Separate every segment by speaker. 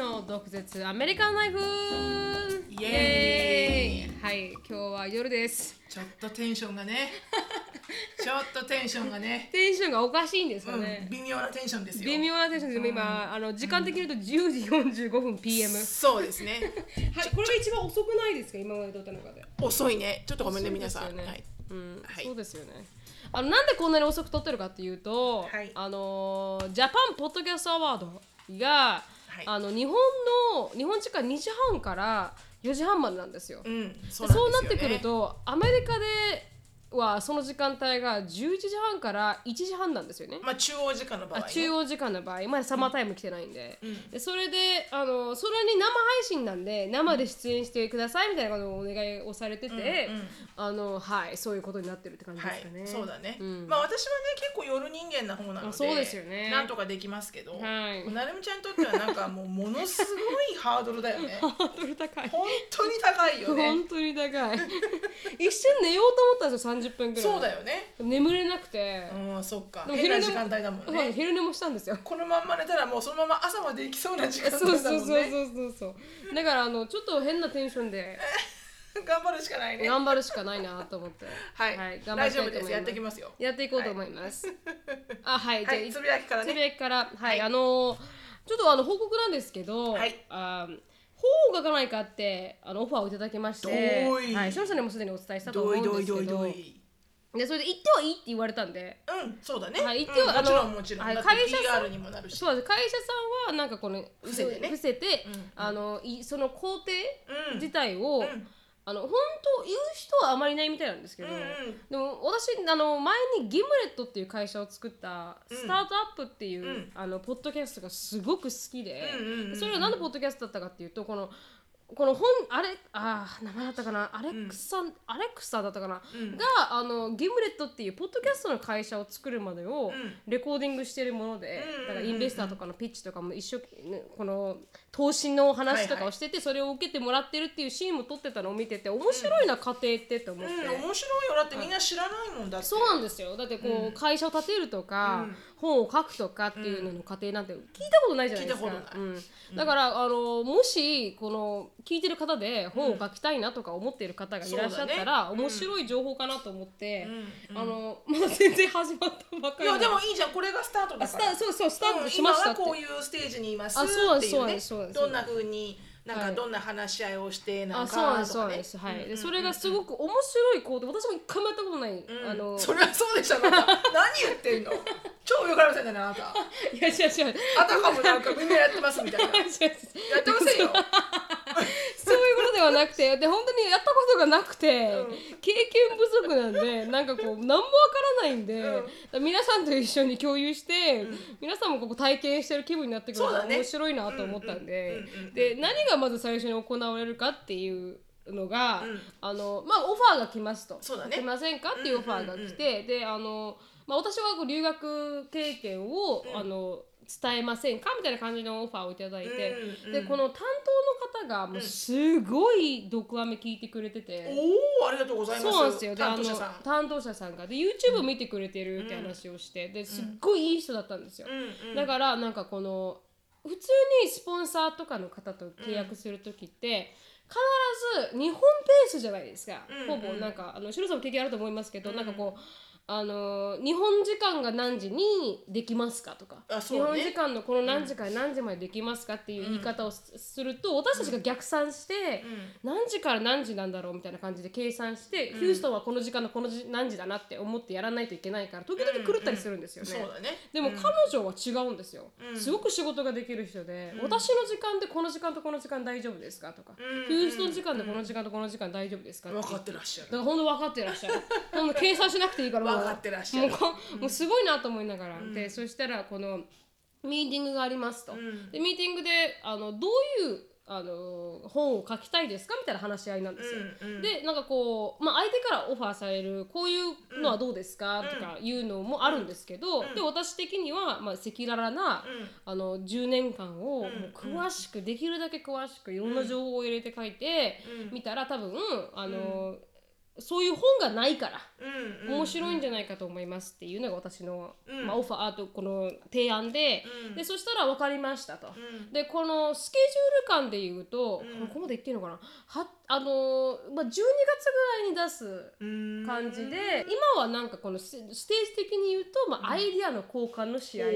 Speaker 1: 舌アメリカンライフ
Speaker 2: イエーイ
Speaker 1: はい今日は夜です
Speaker 2: ちょっとテンション がねちょっとテンションがね、
Speaker 1: テンションがおかしいんですよ
Speaker 2: うん、
Speaker 1: ね、
Speaker 2: 微妙なテンションですよ
Speaker 1: 微妙なテンションですでも今あの時間的に言うと10時45分 PM はい
Speaker 2: そうですね
Speaker 1: これが一番遅くないですか今まで撮った中で
Speaker 2: 遅いねちょっとごめんね皆
Speaker 1: そう
Speaker 2: さ、
Speaker 1: んですよね
Speaker 2: はい、
Speaker 1: うん
Speaker 2: はい
Speaker 1: そうですよねあのなんでこんなに遅く撮ってるかっていうと、
Speaker 2: はい
Speaker 1: あのジャパンポッドキャストアワードが、
Speaker 2: はい
Speaker 1: あの日本の日本時間2時半から4時半までなんですよ、
Speaker 2: うんそ
Speaker 1: そうう,、
Speaker 2: なんですよね
Speaker 1: なってくるとアメリカではその時間帯が11時半から1時半なんですよね、
Speaker 2: まあ中央時間の場合
Speaker 1: あ
Speaker 2: ね
Speaker 1: 中央時間の場合まだサマータイム来てないんで,、
Speaker 2: ん
Speaker 1: でそれであのそれに生配信なんで生で出演してくださいみたいなことをお願いをされてて、あのはいそういうことになってるって感じで
Speaker 2: は
Speaker 1: すかね。
Speaker 2: い、そうだね、
Speaker 1: ん
Speaker 2: まあ私はね結構夜人間な方なの
Speaker 1: あ
Speaker 2: で
Speaker 1: そうですよね
Speaker 2: なんとかできますけど、
Speaker 1: はい
Speaker 2: なるみちゃんにとってはなんかもうものすごいハードルだ よね
Speaker 1: ハードル高い。
Speaker 2: 本当に高いよね
Speaker 1: 本当に高い。一瞬寝ようと思ったんですよ30分ぐらい。
Speaker 2: そうだよね
Speaker 1: 眠れなくて。
Speaker 2: うんそっか
Speaker 1: でも
Speaker 2: 変な時
Speaker 1: も
Speaker 2: 間帯だもん
Speaker 1: そう
Speaker 2: ね
Speaker 1: 昼寝もしたんですよ。
Speaker 2: このまんま寝たらもうそのまま朝まで行きそうな時間帯だ
Speaker 1: そ
Speaker 2: もん
Speaker 1: う
Speaker 2: ね
Speaker 1: そうそうそうそうそう。だからあのちょっと変なテンションで
Speaker 2: 頑張るしかないね
Speaker 1: 頑張るしかないなと思って。
Speaker 2: はい、
Speaker 1: 頑張りた
Speaker 2: 大丈
Speaker 1: いと思いま
Speaker 2: 夫ですやっていきますよ
Speaker 1: やっていこうと思います。あはいじゃ
Speaker 2: は
Speaker 1: あ
Speaker 2: いつぶやきから
Speaker 1: つぶ
Speaker 2: ね
Speaker 1: やきから、はい、
Speaker 2: はい
Speaker 1: あのーちょっとあの報告なんですけど、
Speaker 2: はい
Speaker 1: あー本を書かないかってあのオファーをいただきまして、
Speaker 2: どい
Speaker 1: はい、その人にもすでにお伝えしたと
Speaker 2: ど
Speaker 1: 思う
Speaker 2: い
Speaker 1: んで
Speaker 2: どい
Speaker 1: すけど、
Speaker 2: どいどい
Speaker 1: でそれで行ってはいいって言われたんで、
Speaker 2: うんそうだね、
Speaker 1: はい一応
Speaker 2: うん
Speaker 1: あの
Speaker 2: もちろんもちろん、
Speaker 1: はい
Speaker 2: だって
Speaker 1: 会社さん
Speaker 2: PR にもなるし
Speaker 1: そうなんです会社さんはなんかこの
Speaker 2: 伏せてね
Speaker 1: 伏せて
Speaker 2: うん
Speaker 1: あのいその工程
Speaker 2: うん
Speaker 1: 自体を、
Speaker 2: うん
Speaker 1: あの本当言う人はあまりいないみたいなんですけど。
Speaker 2: うんうん
Speaker 1: でも私あの前にギムレットっていう会社を作った
Speaker 2: うん
Speaker 1: スタートアップっていう、
Speaker 2: うん
Speaker 1: あのポッドキャストがすごく好きで、
Speaker 2: うんうんうん
Speaker 1: それは何でポッドキャストだったかっていうとこのこの本あれあー名前だったかなアレクサ、アレクサだったかな、
Speaker 2: うん
Speaker 1: があのギムレットっていうポッドキャストの会社を作るまでを
Speaker 2: うん
Speaker 1: レコーディングしてるもので、
Speaker 2: うんうんうんうん
Speaker 1: だからインベスターとかのピッチとかも一生ねこの投資の話とかをしてて、それを受けてもらってるっていうシーンも撮ってたのを見てて面白いな、家庭ってって思って。
Speaker 2: うん面白いよだってみんな知らないもんだって
Speaker 1: そうなんですよだってこう、会社を建てるとか、
Speaker 2: うん
Speaker 1: 本を書くとかっていうのの過程なんて聞いたことないじゃないですか
Speaker 2: 聞いたこと
Speaker 1: うんだからあのもしこの聞いてる方で本を書きたいなとか思っている方がいらっしゃったら、
Speaker 2: そうだねうん
Speaker 1: 面白い情報かなと思って、
Speaker 2: うん
Speaker 1: あのまだ全然始まったばっかり
Speaker 2: い
Speaker 1: な
Speaker 2: やでもいいじゃんこれがスタートだ
Speaker 1: あス
Speaker 2: か
Speaker 1: タ
Speaker 2: ら
Speaker 1: そうそうスター
Speaker 2: うん
Speaker 1: トしました
Speaker 2: 今
Speaker 1: って、
Speaker 2: はこういうステージにいます
Speaker 1: あそうなん
Speaker 2: っ
Speaker 1: で
Speaker 2: て
Speaker 1: す
Speaker 2: いうね
Speaker 1: そうなんです
Speaker 2: どんな風になん
Speaker 1: は
Speaker 2: か
Speaker 1: い
Speaker 2: どんな話し合いをしてな
Speaker 1: あ
Speaker 2: ん
Speaker 1: そうなん
Speaker 2: か
Speaker 1: です
Speaker 2: と
Speaker 1: そうな
Speaker 2: か
Speaker 1: ん
Speaker 2: ね
Speaker 1: ですはい、でそれがすごく面白い行動私も一回もやったことない、あの
Speaker 2: それはそうでしたから何言って んの超よからせんだなあなたあ
Speaker 1: い や違う違う
Speaker 2: たかもなんかみんなやってますみたいなやってませんよ
Speaker 1: そういうことではなくてで本当にやったことがなくて、経験不足なんで なんかこう何もわからないんで、だから皆さんと一緒に共有して、皆さんもここ体験してる気分になってくるの
Speaker 2: そう
Speaker 1: が
Speaker 2: だね
Speaker 1: 面白いなと思ったんで、
Speaker 2: うんうんうんうん
Speaker 1: で何がまず最初に行われるかっていうのが、
Speaker 2: うん
Speaker 1: あのまあ、オファーが来ますと
Speaker 2: そうだね
Speaker 1: 来ませんかっていうオファーが来て、であの、まあ、私はこう留学経験を、あの伝えませんかみたいな感じのオファーをいただいて、
Speaker 2: うん
Speaker 1: で
Speaker 2: うん
Speaker 1: この担当の方がもうすごい毒アメ聞いてくれてて、
Speaker 2: おおありがとうございます
Speaker 1: そうなんですよで
Speaker 2: 担当者さ
Speaker 1: あ
Speaker 2: ん
Speaker 1: の担当者さんがで YouTube を見てくれてるって話をして、ですっごいいい人だったんですよ、
Speaker 2: うんうん
Speaker 1: だからなんかこの普通にスポンサーとかの方と契約する時って、必ず日本ペースじゃないですか、
Speaker 2: うんうん
Speaker 1: ほぼなんかあの白さんも経験あると思いますけど、なんかこうあのー日本時間が何時にできますかとか、
Speaker 2: あ
Speaker 1: 日
Speaker 2: そう
Speaker 1: 本
Speaker 2: ね
Speaker 1: 時間のこの何時から何時までできますかっていう言い方をすすると私たちが逆算して、何時から何時なんだろうみたいな感じで計算して、ヒューストンはこの時間のこの時何時だなって思ってやらないといけないから時々狂ったりするんですよね。
Speaker 2: そうだね
Speaker 1: でも彼女は違うんですよ、すごく仕事ができる人で、私の時間でこの時間とこの時間大丈夫ですかとか、ヒューストン時間でこの時間とこの時間大丈夫ですかって
Speaker 2: 分かってらっしゃ
Speaker 1: だ
Speaker 2: る
Speaker 1: から本当分かってらっ しゃる本当計算しなくていいからもう
Speaker 2: 分かってらっしゃる
Speaker 1: もうこもうすごいなと思いながら、でそしたらこのミーティングがありますと、
Speaker 2: ん
Speaker 1: でミーティングであのどういうあの本を書きたいですかみたいな話し合いなんですよ、
Speaker 2: うんうん
Speaker 1: でなんかこう、まあ、相手からオファーされるこういうのはどうですか、とかいうのもあるんですけど、で私的にはまあ赤裸々な、あの10年間をもう詳しく、できるだけ詳しくいろんな情報を入れて書いてみたら多分あの、そういう本がないから
Speaker 2: うん
Speaker 1: 面白いんじ
Speaker 2: ゃ
Speaker 1: ゃないかと思いますっていうのが私の、
Speaker 2: うん
Speaker 1: まあ、オファーあとこの提案で,、
Speaker 2: うん
Speaker 1: でそしたら分かりましたと。
Speaker 2: うん
Speaker 1: でこのスケジュール感で言うと、
Speaker 2: うん
Speaker 1: ここまで言っていいのかなはあのーまあ、12月ぐらいに出す
Speaker 2: うん
Speaker 1: 感じで、今はなんかこのスステージ的に言うと、まあ、アイディアの交換の試合、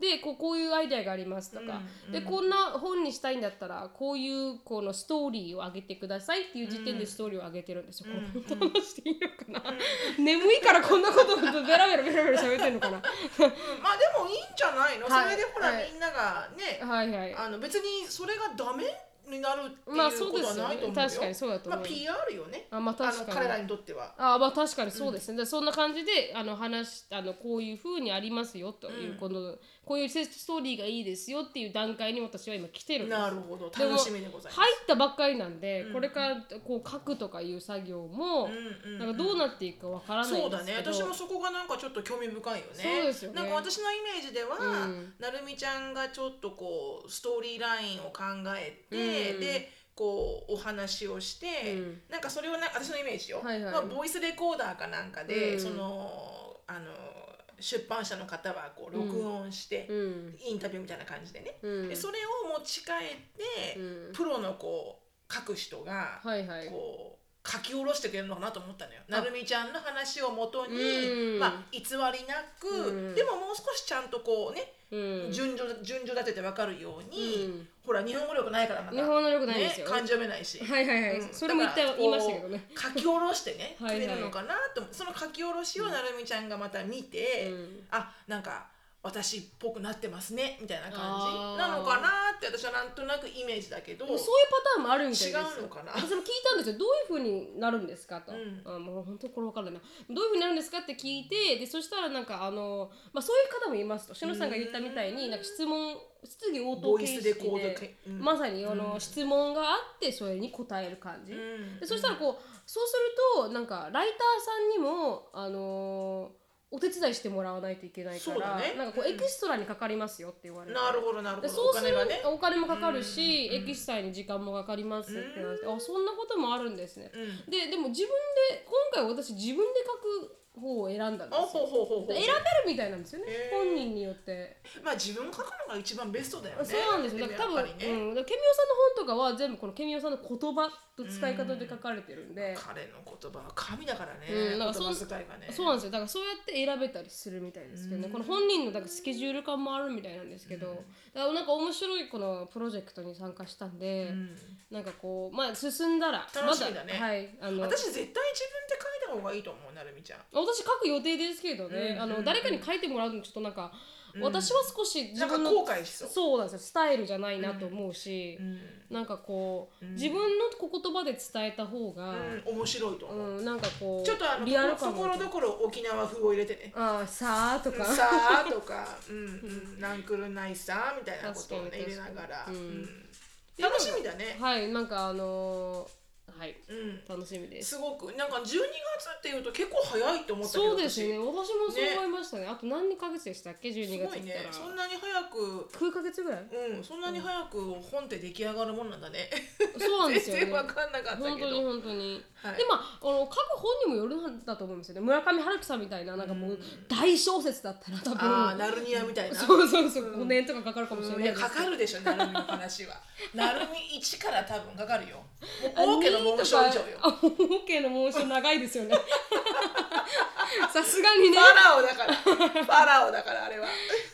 Speaker 1: でこうこういうアイデアがありますとか、
Speaker 2: うん
Speaker 1: で
Speaker 2: うん
Speaker 1: こんな本にしたいんだったらこういうこのストーリーを上げてくださいっていう時点でストーリーを上げてるんですよ。
Speaker 2: うん
Speaker 1: これ本当の話していいのかな、眠いからこんなことベラベラベラベラ喋ってるのかな
Speaker 2: うんまあでもいいんじゃないの、
Speaker 1: はい
Speaker 2: それでほら、
Speaker 1: はい
Speaker 2: みんながね、
Speaker 1: はいはい。
Speaker 2: あの別にそれがダメになるっていう
Speaker 1: まあそう
Speaker 2: こ
Speaker 1: で
Speaker 2: とは
Speaker 1: すよ
Speaker 2: ない
Speaker 1: ね
Speaker 2: と思うよ、
Speaker 1: 確かにそうだと
Speaker 2: まあ
Speaker 1: 思う。
Speaker 2: PR よね
Speaker 1: あまあ
Speaker 2: あ
Speaker 1: 確
Speaker 2: の
Speaker 1: かに。
Speaker 2: 彼らにとっては
Speaker 1: あまあ確かにそうですね、でそんな感じであの話あのこういうふうにありますよという、
Speaker 2: うん
Speaker 1: このこういうストーリーがいいですよっていう段階に私は今来てるんです
Speaker 2: なるほど
Speaker 1: でも
Speaker 2: 楽しみでございます
Speaker 1: 入ったばっかりなんで、
Speaker 2: うん
Speaker 1: これからこう書くとかいう作業も、
Speaker 2: うんうん
Speaker 1: なんかどうなっていくかわからないんですけ
Speaker 2: そう
Speaker 1: ど
Speaker 2: だね私もそこがなんかちょっと興味深いよね
Speaker 1: そうですよね
Speaker 2: なんか私のイメージでは、
Speaker 1: うん
Speaker 2: なるみちゃんがちょっとこうストーリーラインを考えて、
Speaker 1: うん
Speaker 2: でこうお話をして、
Speaker 1: うん
Speaker 2: なんかそれをなんか私のイメージよ、
Speaker 1: はいはい
Speaker 2: まあ、ボイスレコーダーかなんかで、
Speaker 1: うん
Speaker 2: そのあの出版社の方はこう録音して、
Speaker 1: うん
Speaker 2: インタビューみたいな感じでね、
Speaker 1: うん
Speaker 2: でそれを持ち帰って、
Speaker 1: うん
Speaker 2: プロのこう書く人が、
Speaker 1: はいはい
Speaker 2: こう書き下ろしてくれるのかなと思ったのよ。なるみちゃんの話をもとに、
Speaker 1: うん
Speaker 2: まあ、偽りなく、
Speaker 1: うん
Speaker 2: でももう少しちゃんとこうね、
Speaker 1: うん
Speaker 2: 順序順序立てて分かるように、
Speaker 1: うん
Speaker 2: ほら日本語力ないからまだ
Speaker 1: 日本語力ないんですよ
Speaker 2: ね、漢字読めないし、
Speaker 1: はいはいはい、
Speaker 2: うん
Speaker 1: それも言った
Speaker 2: だから
Speaker 1: 言いましたけどね
Speaker 2: こう書き下ろして ね
Speaker 1: はいはい
Speaker 2: くれるのかなと思ってその書き下ろしをなるみちゃんがまた見て、
Speaker 1: うん
Speaker 2: あなんか私っぽくなってますねみたいな感じ
Speaker 1: あー
Speaker 2: なのかなって私はなんとなくイメージだけど
Speaker 1: でもそういうパターンもあるみたいです
Speaker 2: 違うのかな
Speaker 1: 私も聞いたんですよどういうふうになるんですかと、
Speaker 2: うん
Speaker 1: あもう本当これ分からないなどういうふうになるんですかって聞いてでそしたらなんかあの、まあ、そういう方もいますとしのさんが言ったみたいになんか質問質疑応答
Speaker 2: ボ
Speaker 1: 形
Speaker 2: イ
Speaker 1: 式
Speaker 2: ス
Speaker 1: で
Speaker 2: レコードけうん
Speaker 1: まさにあの、
Speaker 2: うん
Speaker 1: 質問があってそれに答える感じ、
Speaker 2: うん
Speaker 1: でそしたらこうそうするとなんかライターさんにもあのーお手伝いしてもらわないといけないか
Speaker 2: そう
Speaker 1: ら、
Speaker 2: だね
Speaker 1: なんかこう
Speaker 2: うん
Speaker 1: エキストラにかかりますよって言われて
Speaker 2: なるほどなるほ
Speaker 1: で
Speaker 2: ど
Speaker 1: そうする
Speaker 2: お金がね
Speaker 1: お金もかかるし、
Speaker 2: うん
Speaker 1: エキストラに時間もかかりますってなって、あそんなこともあるんですね、
Speaker 2: うん
Speaker 1: ででも自分で今回私自分で書く方を選んだんです
Speaker 2: あほう
Speaker 1: よ
Speaker 2: ほうほうほう
Speaker 1: 選べるみたいなんですよね、
Speaker 2: へー
Speaker 1: 本人によって、
Speaker 2: まあ自分が書くのが一番ベストだよね
Speaker 1: そうなんですよだ
Speaker 2: で
Speaker 1: か
Speaker 2: も
Speaker 1: ら多
Speaker 2: や
Speaker 1: 分、
Speaker 2: っぱり
Speaker 1: う
Speaker 2: ね、
Speaker 1: ん、だからケミオさんの本とかは全部このケミオさんの言葉と使い方で書かれてるんで、
Speaker 2: 彼の言葉は神だからね、
Speaker 1: うんなんかそ
Speaker 2: 言
Speaker 1: う
Speaker 2: 葉遣いがね
Speaker 1: そうなんですよだからそうやって選べたりするみたいですけどね、
Speaker 2: うん
Speaker 1: この本人のだからスケジュール感もあるみたいなんですけど、
Speaker 2: うん
Speaker 1: だからなんか面白いこのプロジェクトに参加したんで、
Speaker 2: うん
Speaker 1: なんかこうまあ進んだら
Speaker 2: 楽しみだね
Speaker 1: まはいあの私
Speaker 2: 私絶対自分で書いた方がいいと思うなるみちゃん
Speaker 1: 書く予定ですけどね、
Speaker 2: うん
Speaker 1: あの誰かに書いてもらうのちょっとなんか、
Speaker 2: うん
Speaker 1: 私は少し自
Speaker 2: なんか
Speaker 1: 分の
Speaker 2: 後悔しそう
Speaker 1: そうなんですよスタイルじゃないなと思うし、
Speaker 2: うん、
Speaker 1: なんかこう、
Speaker 2: うん
Speaker 1: 自分の言葉で伝えた方が、
Speaker 2: うん面白いと
Speaker 1: う
Speaker 2: 思う、
Speaker 1: んなんかこう
Speaker 2: ちょっとあの
Speaker 1: リアル
Speaker 2: と
Speaker 1: 感
Speaker 2: ころどころ沖縄風を入れてね
Speaker 1: ああさあとか
Speaker 2: さあと か、うんうん、なんくるないさみたいなことを
Speaker 1: 確
Speaker 2: ね
Speaker 1: か
Speaker 2: 入
Speaker 1: に
Speaker 2: れながら、
Speaker 1: 確かにうん
Speaker 2: うん楽しみだね、
Speaker 1: はいなんかあのーはい
Speaker 2: うん、
Speaker 1: 楽しみです
Speaker 2: すごくなんか12月っていうと結構早いって思ったけど
Speaker 1: そうですね
Speaker 2: 私
Speaker 1: 私もそう思いましたねあと何ヶ月でしたっけ12
Speaker 2: す
Speaker 1: 月
Speaker 2: ご
Speaker 1: っ
Speaker 2: い
Speaker 1: て
Speaker 2: ね
Speaker 1: 言ったら、
Speaker 2: そんなに早く
Speaker 1: 9ヶ月ぐらい
Speaker 2: うんそんなに早く本って出来上がるもんなんだね
Speaker 1: そうなんですよ
Speaker 2: 全
Speaker 1: ね
Speaker 2: 然分かんなかった
Speaker 1: 本
Speaker 2: け
Speaker 1: 当に
Speaker 2: ど
Speaker 1: 本当に、
Speaker 2: はい
Speaker 1: でまああの書く本にもよるんだと思うんですよね村上春樹さんみたいななんかもう大小説だったら多
Speaker 2: ああ
Speaker 1: 分
Speaker 2: ナルニアみたいな
Speaker 1: そうそうそう、5年とかかかるかもしれな
Speaker 2: う
Speaker 1: んい
Speaker 2: いや
Speaker 1: です
Speaker 2: か
Speaker 1: けど
Speaker 2: かるでしょなるみの 話はなるみ1から多分かかるよ
Speaker 1: あ
Speaker 2: もう王家の
Speaker 1: 二位とか
Speaker 2: 紋章以上よ
Speaker 1: あ王家の紋章長いです よねさすがに
Speaker 2: フ
Speaker 1: ね
Speaker 2: ァラオだからファラオだからあれは
Speaker 1: さ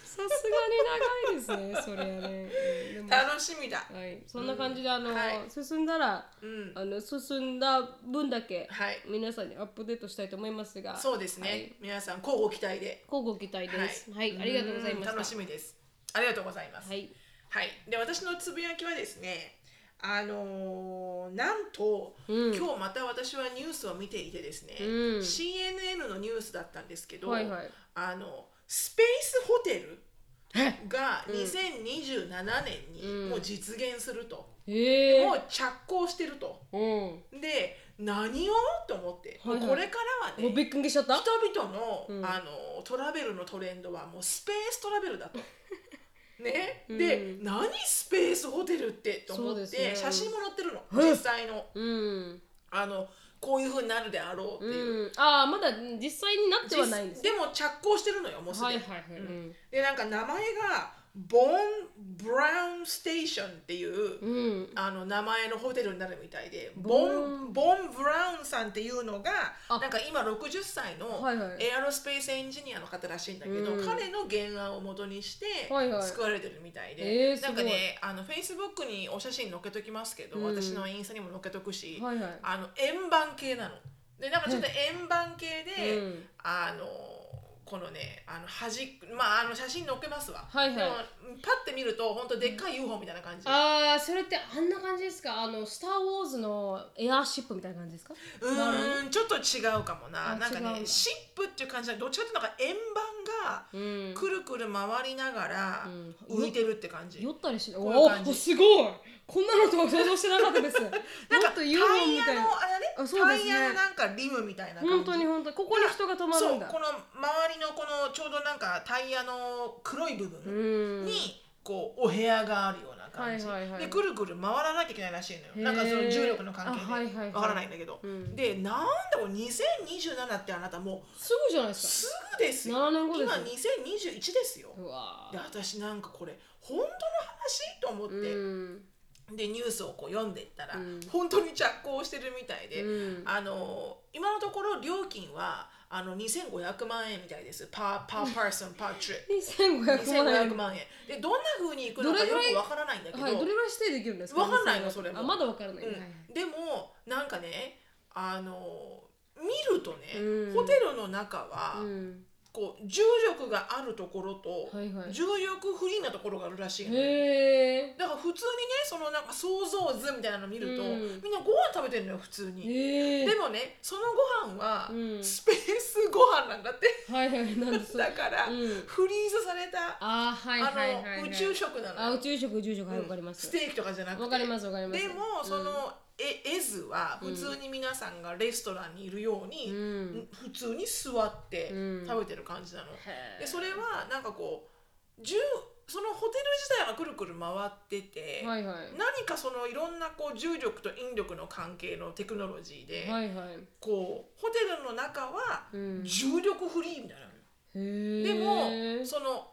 Speaker 1: すがに長いですねそれはね、うんでも
Speaker 2: 楽しみだ
Speaker 1: はい、そんな感じであの、
Speaker 2: は
Speaker 1: 進んだら
Speaker 2: うん
Speaker 1: あの進んだ分だけ
Speaker 2: はい
Speaker 1: 皆さんにアップデートしたいと思いますが
Speaker 2: そうですね、
Speaker 1: はい
Speaker 2: 皆さん交互期待で
Speaker 1: 乞うご期待ですはい、ありがとうございました
Speaker 2: ん楽しみですありがとうございます
Speaker 1: はい
Speaker 2: はい、で私のつぶやきはですねあのーなんと、
Speaker 1: うん
Speaker 2: 今日また私はニュースを見ていてですね、
Speaker 1: うん
Speaker 2: CNN のニュースだったんですけど、
Speaker 1: はいはい
Speaker 2: あのスペースホテル
Speaker 1: え
Speaker 2: が2027年
Speaker 1: うん
Speaker 2: にもう実現すると、
Speaker 1: え
Speaker 2: もう着工してると
Speaker 1: ー、うん
Speaker 2: で何をと思って、
Speaker 1: はいはい
Speaker 2: もうこれからは
Speaker 1: もう
Speaker 2: ね
Speaker 1: びっくりしちゃった
Speaker 2: 人々の,、
Speaker 1: うん
Speaker 2: あのトラベルのトレンドはもうスペーストラベル だと。ね、
Speaker 1: うん
Speaker 2: で何スペースホテルってと
Speaker 1: そ
Speaker 2: 思
Speaker 1: う
Speaker 2: っ
Speaker 1: です
Speaker 2: て、
Speaker 1: ね
Speaker 2: 写真も載ってるの
Speaker 1: え
Speaker 2: 実際の
Speaker 1: うん
Speaker 2: あのこういうふうになるであろうっていう。
Speaker 1: うん、ああまだ実際になってはないんです
Speaker 2: 実でも着工してるのよもうすで
Speaker 1: は
Speaker 2: に、
Speaker 1: いはいはい、うん
Speaker 2: でなんか名前がボーン・ブラウン・ステーションっていう、
Speaker 1: うん、
Speaker 2: あの名前のホテルになるみたいでボ
Speaker 1: ボ
Speaker 2: ン
Speaker 1: ン
Speaker 2: ボン・ブラウンさんっていうのが
Speaker 1: あ
Speaker 2: なんか今60歳の
Speaker 1: はいはい
Speaker 2: エアロスペースエンジニアの方らしいんだけど、
Speaker 1: うん
Speaker 2: 彼の原案を元にして
Speaker 1: はいはい
Speaker 2: 作られてるみたいで、
Speaker 1: えーす
Speaker 2: な
Speaker 1: ご
Speaker 2: ん
Speaker 1: い
Speaker 2: かねあのフェイスブックにお写真載っけときますけど、
Speaker 1: うん
Speaker 2: 私のインスタにも載っけとくし、
Speaker 1: はいはい
Speaker 2: あの円盤系なの。でなんかちょっと円盤系で、
Speaker 1: うん
Speaker 2: あのこのねあの端っまああの写真載っけますわ、
Speaker 1: はいはい
Speaker 2: でもパッて見ると本当でっかい UFO みたいな感じ、
Speaker 1: ああそれってあんな感じですかあの「スター・ウォーズ」のエアーシップみたいな感じですか
Speaker 2: うーんちょっと違うかもな
Speaker 1: あ
Speaker 2: なんか
Speaker 1: 違うん
Speaker 2: ね
Speaker 1: だ
Speaker 2: シップっていう感じでどっちかっていうとなんか円盤が
Speaker 1: うん
Speaker 2: くるくる回りながら
Speaker 1: うん
Speaker 2: 浮いてるって感じ、
Speaker 1: 酔ったりして
Speaker 2: こういう感じ
Speaker 1: おおすごいこんなのとは想像してなかったですもっ
Speaker 2: なんか
Speaker 1: と
Speaker 2: タイヤ
Speaker 1: UFO みたい
Speaker 2: の
Speaker 1: な
Speaker 2: あれね
Speaker 1: あそう
Speaker 2: タ
Speaker 1: で
Speaker 2: イ
Speaker 1: すね
Speaker 2: ヤのなんかリムみたいな感じ
Speaker 1: 本当に本当にここに人が止ま
Speaker 2: そ
Speaker 1: る
Speaker 2: うん
Speaker 1: だ
Speaker 2: この周りのこのちょうどなんかタイヤの黒い部分、
Speaker 1: うん
Speaker 2: にこうお部屋があるような感じ、
Speaker 1: はいはいはい
Speaker 2: でぐるぐる回らなきゃいけないらしいの
Speaker 1: へー
Speaker 2: よなんかその重力の関係
Speaker 1: あはいはいは
Speaker 2: で
Speaker 1: い
Speaker 2: わからないんだけど、
Speaker 1: うん
Speaker 2: でなんだこれ2027ってあなたもう
Speaker 1: すぐじゃないです
Speaker 2: すぐですよ
Speaker 1: 7年後です
Speaker 2: 今
Speaker 1: よ
Speaker 2: 2021ですよ
Speaker 1: かうわ
Speaker 2: で
Speaker 1: ー
Speaker 2: 私なんかこれ本当の話と思って、
Speaker 1: うん
Speaker 2: でニュースをこう読んでいったら、
Speaker 1: うん
Speaker 2: 本当に着工してるみたいで、
Speaker 1: うん
Speaker 2: あの今のところ料金はあの2500万円みたいですパーパーパーソンパー チュッ
Speaker 1: 2500万円
Speaker 2: 2500万円でどんな風に行くのかよくわからないんだけど
Speaker 1: はい、どれぐらい指定できるんですか
Speaker 2: わかんないのそれも
Speaker 1: あまだわからない、
Speaker 2: うん
Speaker 1: はいはい
Speaker 2: でもなんかねあの見るとね、
Speaker 1: うん
Speaker 2: ホテルの中は、
Speaker 1: うん
Speaker 2: こう重力があるところと、
Speaker 1: はいはい
Speaker 2: 重力フリーなところがあるらしいのよ
Speaker 1: へえ
Speaker 2: だから普通にねそのなんか想像図みたいなの見ると、
Speaker 1: うん
Speaker 2: みんなご飯食べてるのよ普通に、
Speaker 1: へえ
Speaker 2: でもねそのご飯は、
Speaker 1: うん
Speaker 2: スペースご飯なんだって
Speaker 1: はいはいなんです
Speaker 2: だから、
Speaker 1: うん
Speaker 2: フリーズされた
Speaker 1: あーはいはいはい、
Speaker 2: あ
Speaker 1: はい、
Speaker 2: の宇宙食なのよ
Speaker 1: あ宇宙食宇宙食はい
Speaker 2: うん
Speaker 1: わかります
Speaker 2: ステーキとかじゃなくて
Speaker 1: わかりますわかります
Speaker 2: でもその、え絵図は
Speaker 1: う
Speaker 2: 普
Speaker 1: ん
Speaker 2: 通に皆さんがレストランにいるよう
Speaker 1: う
Speaker 2: に、
Speaker 1: ん
Speaker 2: 普通に座って
Speaker 1: うん
Speaker 2: 食べてる感じなの、
Speaker 1: へー
Speaker 2: でそれはなんかこうじゅうそのホテル自体がくるくる回ってて、
Speaker 1: はいはい
Speaker 2: 何かそのいろんなこう重力と引力の関係のテクノロジーで、
Speaker 1: はいはい
Speaker 2: こうホテルの中は
Speaker 1: うん
Speaker 2: 重力フリーみたいなのよ、
Speaker 1: へえ
Speaker 2: でもその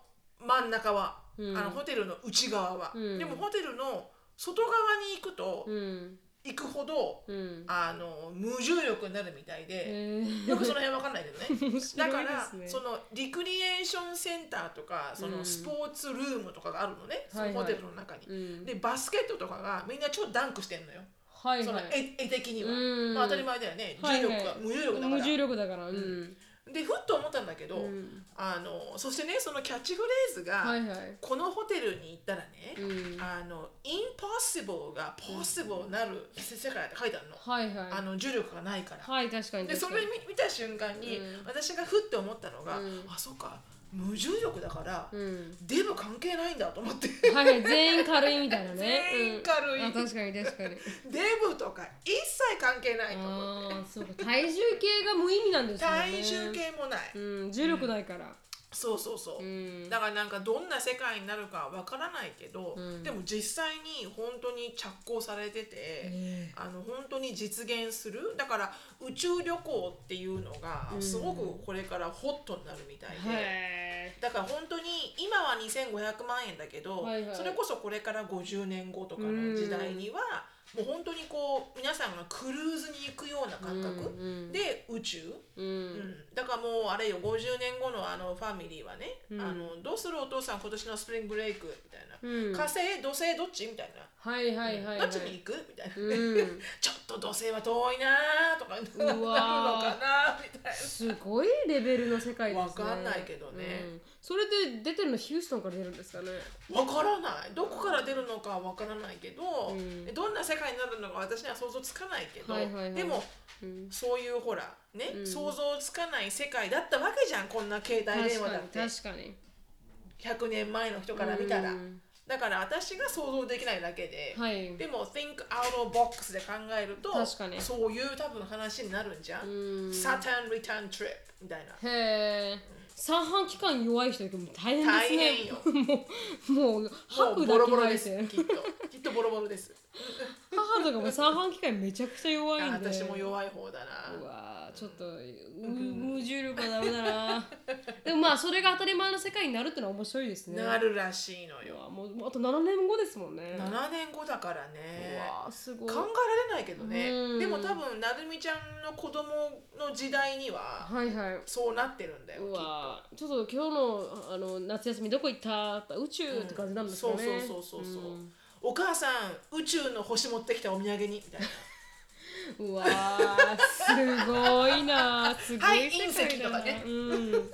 Speaker 2: 真ん中は、
Speaker 1: うん
Speaker 2: あのホテルの内側は、
Speaker 1: うん
Speaker 2: でもホテルの外側に行くと、
Speaker 1: うん
Speaker 2: 行くほど
Speaker 1: うん
Speaker 2: あの無重力になるみたいで、
Speaker 1: へー
Speaker 2: よくその辺わかんないけど
Speaker 1: 面白
Speaker 2: ね
Speaker 1: いですね
Speaker 2: だから、そのリクリエーションセンターとかそうの
Speaker 1: ん
Speaker 2: スポーツルームとかがあるのね、
Speaker 1: はいはい
Speaker 2: そのホテルの中に。
Speaker 1: うん
Speaker 2: でバスケットとかがみんな超ダンクしてんのよ、
Speaker 1: はい
Speaker 2: その
Speaker 1: は
Speaker 2: 絵絵的には、
Speaker 1: うん
Speaker 2: まあ、当たり前だよね重
Speaker 1: はい
Speaker 2: 力
Speaker 1: はい
Speaker 2: が、無重力だ
Speaker 1: い
Speaker 2: か
Speaker 1: 無
Speaker 2: ら
Speaker 1: 重力だからうん
Speaker 2: でふっと思ったんだけど、
Speaker 1: うん
Speaker 2: あのそしてねそのキャッチフレーズが、
Speaker 1: はいはい
Speaker 2: このホテルに行ったらね、
Speaker 1: うん
Speaker 2: あの「impossible」が「possible」になる世界って書いてあるの,、
Speaker 1: はいはい
Speaker 2: あの重力がないから、
Speaker 1: はい確かに
Speaker 2: で
Speaker 1: 確
Speaker 2: そ
Speaker 1: か
Speaker 2: れ
Speaker 1: に
Speaker 2: 見見た瞬間に、
Speaker 1: うん
Speaker 2: 私がふって思ったのが、
Speaker 1: うん
Speaker 2: あそっか無重力だから、
Speaker 1: うん
Speaker 2: デブ関係ないんだと思 って、
Speaker 1: はいはい全員軽いみたいなね
Speaker 2: 全員軽い
Speaker 1: うんあ確かに確かに
Speaker 2: デブとか一切関係ないと思って
Speaker 1: ああそうか体重計が無意味なんですよね
Speaker 2: 体重計もない、
Speaker 1: うん重力ないから
Speaker 2: そうそうそ
Speaker 1: う
Speaker 2: う、
Speaker 1: ん
Speaker 2: だからなんかどんな世界になるかわからないけど、
Speaker 1: うん
Speaker 2: でも実際に本当に着工されてて、
Speaker 1: え
Speaker 2: あの本当に実現するだから宇宙旅行っていうのが
Speaker 1: うん
Speaker 2: すごくこれからホットになるみたい
Speaker 1: ー
Speaker 2: で、
Speaker 1: へ
Speaker 2: だから本当に今は2500万円だけど、
Speaker 1: はいはい
Speaker 2: それこそこれから50年後とかの時代には、もう本当にこう皆さんがクルーズに行くような
Speaker 1: ー
Speaker 2: 感覚、
Speaker 1: うん
Speaker 2: で宇宙、
Speaker 1: う
Speaker 2: うんん、だからもうあれよ50年後のあのファミリーはね、
Speaker 1: うん
Speaker 2: あのどうするお父さん今年のスプリングブレイクみたいな、
Speaker 1: うん
Speaker 2: 火星土星どっちみたいな。
Speaker 1: はいはいはい
Speaker 2: ど
Speaker 1: は
Speaker 2: っちに
Speaker 1: い
Speaker 2: 行くみたいな、
Speaker 1: うん
Speaker 2: ちょっと土星は遠いなーとかなるの
Speaker 1: うわー
Speaker 2: かなみたい
Speaker 1: すごいレベルの世界ですね
Speaker 2: わかんないけどね
Speaker 1: うんそれで出てるのヒューストンから出るんですかね
Speaker 2: なわからないどこから出るのかわからないけど、
Speaker 1: うん
Speaker 2: どんな世界になるのか私には想像つかないけど、
Speaker 1: はいはいはい
Speaker 2: でも
Speaker 1: うん
Speaker 2: そういうほらね、
Speaker 1: うん
Speaker 2: 想像つかない世界だったわけじゃんこんな携帯電
Speaker 1: 確
Speaker 2: 話
Speaker 1: か
Speaker 2: だっ
Speaker 1: に
Speaker 2: て
Speaker 1: 確かに
Speaker 2: 100年前の人から見たら、
Speaker 1: うん
Speaker 2: だから私が想像できないだけで、
Speaker 1: はい
Speaker 2: でも think out of box で考えると
Speaker 1: 確かに
Speaker 2: そういう多分話になるんじゃん、
Speaker 1: うん
Speaker 2: サタンリターントリップみたい
Speaker 1: へ
Speaker 2: な
Speaker 1: え三半規管弱い人いるもう大
Speaker 2: 大変
Speaker 1: 変
Speaker 2: よ
Speaker 1: ですねもうもう
Speaker 2: もう
Speaker 1: 吐く
Speaker 2: ボ
Speaker 1: だ
Speaker 2: ロ
Speaker 1: け
Speaker 2: ボロで
Speaker 1: 吐い
Speaker 2: す
Speaker 1: て
Speaker 2: きっときっとボロボロです
Speaker 1: 母とかも三半規管めちゃくちゃ弱いん
Speaker 2: あ
Speaker 1: で
Speaker 2: 私も弱い方だ
Speaker 1: う
Speaker 2: な
Speaker 1: わーちょっとう無重力はダメだなでもまあそれが当たり前の世界になるってのは面白いですね
Speaker 2: なるらしいの
Speaker 1: う
Speaker 2: よ
Speaker 1: わもうもうあと7年後ですもんね
Speaker 2: 7年後だからね
Speaker 1: うわーすごい
Speaker 2: 考えられないけどね
Speaker 1: うん
Speaker 2: でも多分なるみちゃんの子供の時代には
Speaker 1: はいはい
Speaker 2: そうなってるんだよき
Speaker 1: う
Speaker 2: っと
Speaker 1: わーちょっと今日のあの夏休みどこ行ったって宇宙って感じなんですかね、
Speaker 2: うんそうそうそうそうお母さん宇宙の星持ってきたお土産にみたいな
Speaker 1: うんうわーすごいなーすご
Speaker 2: はい
Speaker 1: い世界だな、
Speaker 2: 隕石とかね
Speaker 1: うん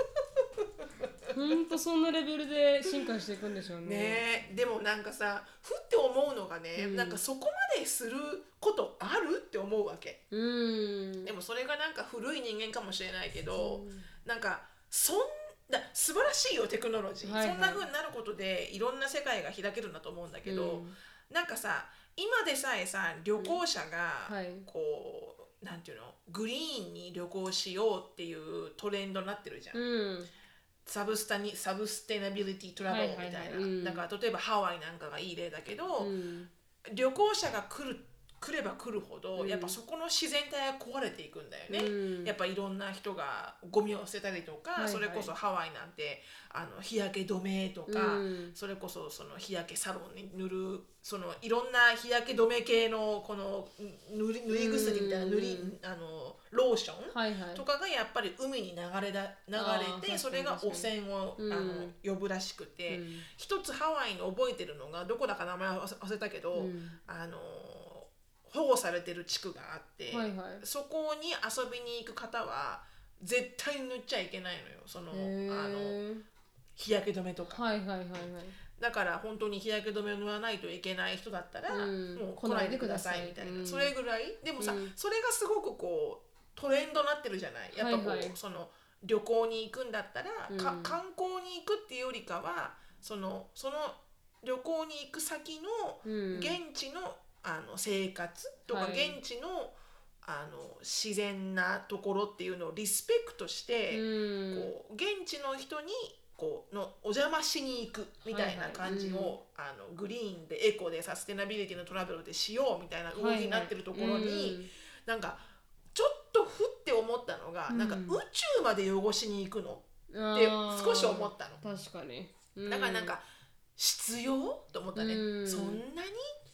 Speaker 1: ほんとそんなレベルで進化していくんでしょうね
Speaker 2: ねえでもなんかさふって思うのがね、
Speaker 1: うん
Speaker 2: なんかそこまですることあるって思うわけ
Speaker 1: うん
Speaker 2: でもそれがなんか古い人間かもしれないけど、なんかそんな素晴らしいよテクノロジー、
Speaker 1: はいはい
Speaker 2: そんな風になることでいろんな世界が開けるんだと思うんだけど、なんかさ今でさえさ旅行者
Speaker 1: うんは
Speaker 2: が
Speaker 1: い
Speaker 2: こう、なんていうのグリーンに旅行しようっていうトレンドになってるじゃん
Speaker 1: う、ん
Speaker 2: サブスタにサブステナビリティトラベルみたいな、
Speaker 1: はいはいはいうん
Speaker 2: だから例えばハワイなんかがいい例だけど、
Speaker 1: うん
Speaker 2: 旅行者が来る来れば来るほど、
Speaker 1: うん
Speaker 2: やっぱそこの自然体が壊れていくんだよね、
Speaker 1: うん
Speaker 2: やっぱいろんな人がゴミを捨てたりとか、
Speaker 1: はいはい
Speaker 2: それこそハワイなんてあの日焼け止めとか、
Speaker 1: うん
Speaker 2: それこそその日焼けサロンに塗るそのいろんな日焼け止め系のこの塗り塗り薬みたいな塗り、
Speaker 1: うん
Speaker 2: あのローション、
Speaker 1: はいはい
Speaker 2: とかがやっぱり海に流れだ流
Speaker 1: あー
Speaker 2: れ
Speaker 1: 確か
Speaker 2: て
Speaker 1: に
Speaker 2: それが汚染を、
Speaker 1: 確か
Speaker 2: あ
Speaker 1: に
Speaker 2: の呼ぶらしくて、
Speaker 1: うん
Speaker 2: 一つハワイの覚えてるのがどこだか名前忘忘れたけど、
Speaker 1: うん
Speaker 2: あの保護されてる地区があって、
Speaker 1: はいはい
Speaker 2: そこに遊びに行く方は絶対塗っちゃいけないのよそのあ
Speaker 1: へ
Speaker 2: の
Speaker 1: ー
Speaker 2: 日焼け止めとか。
Speaker 1: はいはいはいはい
Speaker 2: だから本当に日焼け止めを塗らないといけない人だったら、
Speaker 1: うん
Speaker 2: もう来ないでくださいみたいな、
Speaker 1: うん
Speaker 2: それぐらいでもさ、
Speaker 1: うん
Speaker 2: それがすごくこうトレンドになってるじゃないやっぱこう、
Speaker 1: はいはい
Speaker 2: その旅行に行くんだったら、
Speaker 1: うん
Speaker 2: か観光に行くっていうよりかはそのその旅行に行く先の
Speaker 1: うん
Speaker 2: 現地の,、あの生活とか
Speaker 1: はい
Speaker 2: 現地の,、あの自然なところっていうのをリスペクトして、
Speaker 1: うん
Speaker 2: こう現地の人にこうのお邪魔しに行くみたいな感じを、あのグリーンでエコでサステナビリティのトラベルでしようみたいな動きになってるところ
Speaker 1: は
Speaker 2: に、
Speaker 1: いはい
Speaker 2: なんかちょっとふって思ったのが、
Speaker 1: うん
Speaker 2: なんか宇宙まで汚しに行くの
Speaker 1: うん
Speaker 2: って
Speaker 1: あー
Speaker 2: 少し思ったの。
Speaker 1: 確かに、う
Speaker 2: だからなんか必要と思ったね、
Speaker 1: うん
Speaker 2: そんなに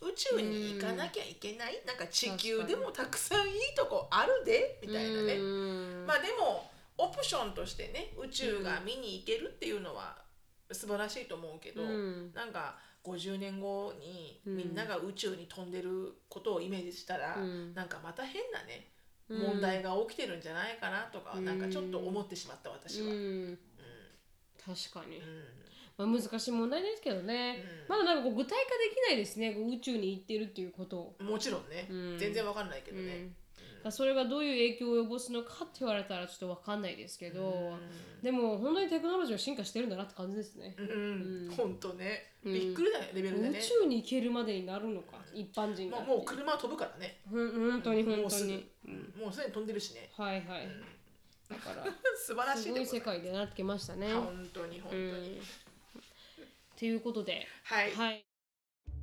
Speaker 2: 宇宙に行かなきゃいけない、なんか地球でもたくさんいいとこあるでみたいなね、
Speaker 1: うん
Speaker 2: まあでもオプションとしてね宇宙が見に行けるっていうのは素晴らしいと思うけど、
Speaker 1: うん
Speaker 2: なんか50年後に
Speaker 1: うん
Speaker 2: みんなが宇宙に飛んでることをイメージしたら、
Speaker 1: うん
Speaker 2: なんかまた変なね
Speaker 1: うん
Speaker 2: 問題が起きてるんじゃないかなとか、
Speaker 1: うん
Speaker 2: なんかちょっと思ってしまった私は。
Speaker 1: う
Speaker 2: うん
Speaker 1: ん確かに
Speaker 2: う、ん
Speaker 1: まあ、難しい問題ですけどね、
Speaker 2: う
Speaker 1: ま
Speaker 2: ん
Speaker 1: だなんかこう具体化できないですねこう宇宙に行ってるっていうことを、
Speaker 2: もちろんね、
Speaker 1: うん
Speaker 2: 全然わかんないけ
Speaker 1: う
Speaker 2: ど
Speaker 1: ん
Speaker 2: ね。
Speaker 1: だからそれがどういう影響を及ぼすのかって言われたらちょっとわかんないですけど、でも本当にテクノロジーは進化してるんだなって感じですね、
Speaker 2: うん、
Speaker 1: うん
Speaker 2: 本当ね、
Speaker 1: うん
Speaker 2: びっくりだよレベルで
Speaker 1: 宇
Speaker 2: ね。
Speaker 1: 宙に行けるまでになるのか一般人が
Speaker 2: もうもう車は飛ぶからね。
Speaker 1: ほん本当に
Speaker 2: も
Speaker 1: 本
Speaker 2: う
Speaker 1: 当
Speaker 2: すぐ
Speaker 1: に、
Speaker 2: もうすでに飛んでるしね。
Speaker 1: はいはい、
Speaker 2: う
Speaker 1: だ
Speaker 2: ん
Speaker 1: から
Speaker 2: 素晴らしい
Speaker 1: す
Speaker 2: で
Speaker 1: ご
Speaker 2: ご
Speaker 1: い
Speaker 2: ざいます
Speaker 1: 世界でなってきましたね。
Speaker 2: 本当に本
Speaker 1: う
Speaker 2: 当に、
Speaker 1: ん。ということで、
Speaker 2: はい、
Speaker 1: はい。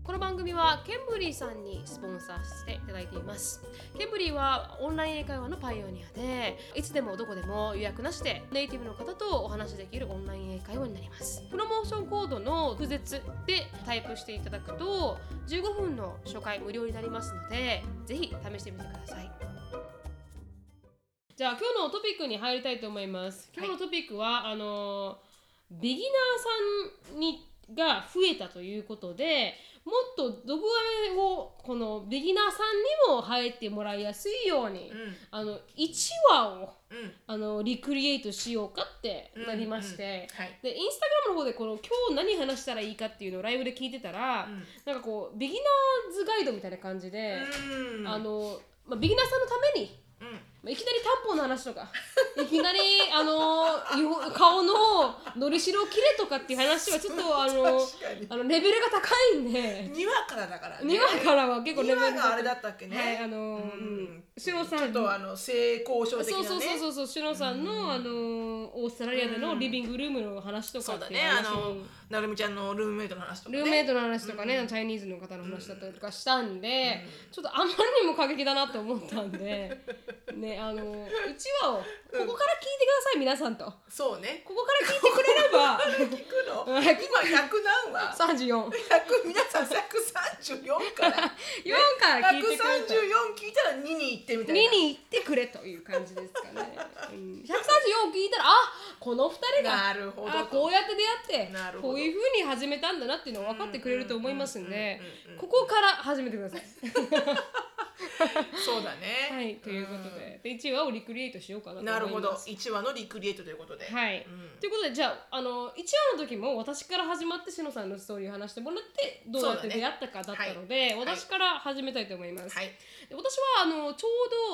Speaker 1: この番組はケンブリーさんにスポンサーしていただいています。ケンブリーはオンライン英会話のパイオニアで、いつでもどこでも予約なしでネイティブの方とお話しできるオンライン英会話になります。プロモーションコードの「絶」でタイプしていただくと15分の初回無料になりますので、ぜひ試してみてください。じゃあ今日のトピックに入りたいと思います。今日のトピックは、あのービギナーさんにが増えたということで、もっと毒声をこのビギナーさんにも入ってもらいやすいように、
Speaker 2: うん
Speaker 1: あの1話を
Speaker 2: うん
Speaker 1: あのリクリエイトしようかって
Speaker 2: うん
Speaker 1: なりまして。
Speaker 2: うんはい
Speaker 1: でインスタグラムの方でこの今日何話したらいいかっていうのをライブで聞いてたら、
Speaker 2: うん
Speaker 1: なんかこうビギナーズガイドみたいな感じで、
Speaker 2: うん
Speaker 1: あのまあ、ビギナーさんのために
Speaker 2: うん
Speaker 1: まあいきなり担保の話とか いきなりあのよ顔ののりしろを切れとかっていう話はちょっとあの
Speaker 2: 確かに
Speaker 1: あのレベルが高いんで
Speaker 2: 2話からだからね
Speaker 1: 2話からは結構レベ
Speaker 2: 二
Speaker 1: ルが
Speaker 2: 話があれだったっけね、
Speaker 1: はいあのー
Speaker 2: うん
Speaker 1: シロさ
Speaker 2: ちょ
Speaker 1: ん
Speaker 2: っとあの性交渉的な
Speaker 1: そう
Speaker 2: ね
Speaker 1: そうそうそうそうシロさんの、あのオーストラリアでのリビングルームの話とか
Speaker 2: そう
Speaker 1: っ
Speaker 2: だ
Speaker 1: て
Speaker 2: ね
Speaker 1: いう
Speaker 2: あ
Speaker 1: 話も
Speaker 2: のなるみちゃんのルームメイトの話とか、ね、
Speaker 1: ルーメイトの話とかね、チャイニーズの方の話だったりとかしたんで、ちょっとあまりにも過激だなと思ったん でねあのうちわをここから聞いてください皆さんとこ
Speaker 2: そうね
Speaker 1: こから聞いてくれれば
Speaker 2: 聞く の
Speaker 1: うん
Speaker 2: 今100何話
Speaker 1: 34
Speaker 2: 100皆さん134から
Speaker 1: 4から聞いてくれと
Speaker 2: 134聞いたら2に行ってみた
Speaker 1: 見
Speaker 2: いな
Speaker 1: に行ってくれという感じですかね、うん、134聞いたらあこの2人が
Speaker 2: なるほど
Speaker 1: あこうやって出会って
Speaker 2: なるほ
Speaker 1: こ
Speaker 2: ど
Speaker 1: ういうふうに始めたんだなっていうのを分かってくれると思いますんで
Speaker 2: うんうんうんうんうん
Speaker 1: ここから始めてください。
Speaker 2: そうだね
Speaker 1: はいということで,、で1話をリクリエイトしようかなと
Speaker 2: う
Speaker 1: 思い
Speaker 2: ん
Speaker 1: ます。
Speaker 2: なるほど1話のリクリエイトということで
Speaker 1: はい、
Speaker 2: うん
Speaker 1: ということでじゃああの1話の時も私から始まってしのさんのストーリーを話してもらってどうやっ
Speaker 2: そ
Speaker 1: て
Speaker 2: うだね
Speaker 1: 出会ったかだったので、
Speaker 2: はい
Speaker 1: 私から始めたいと思います。
Speaker 2: はい
Speaker 1: で私はあのちょ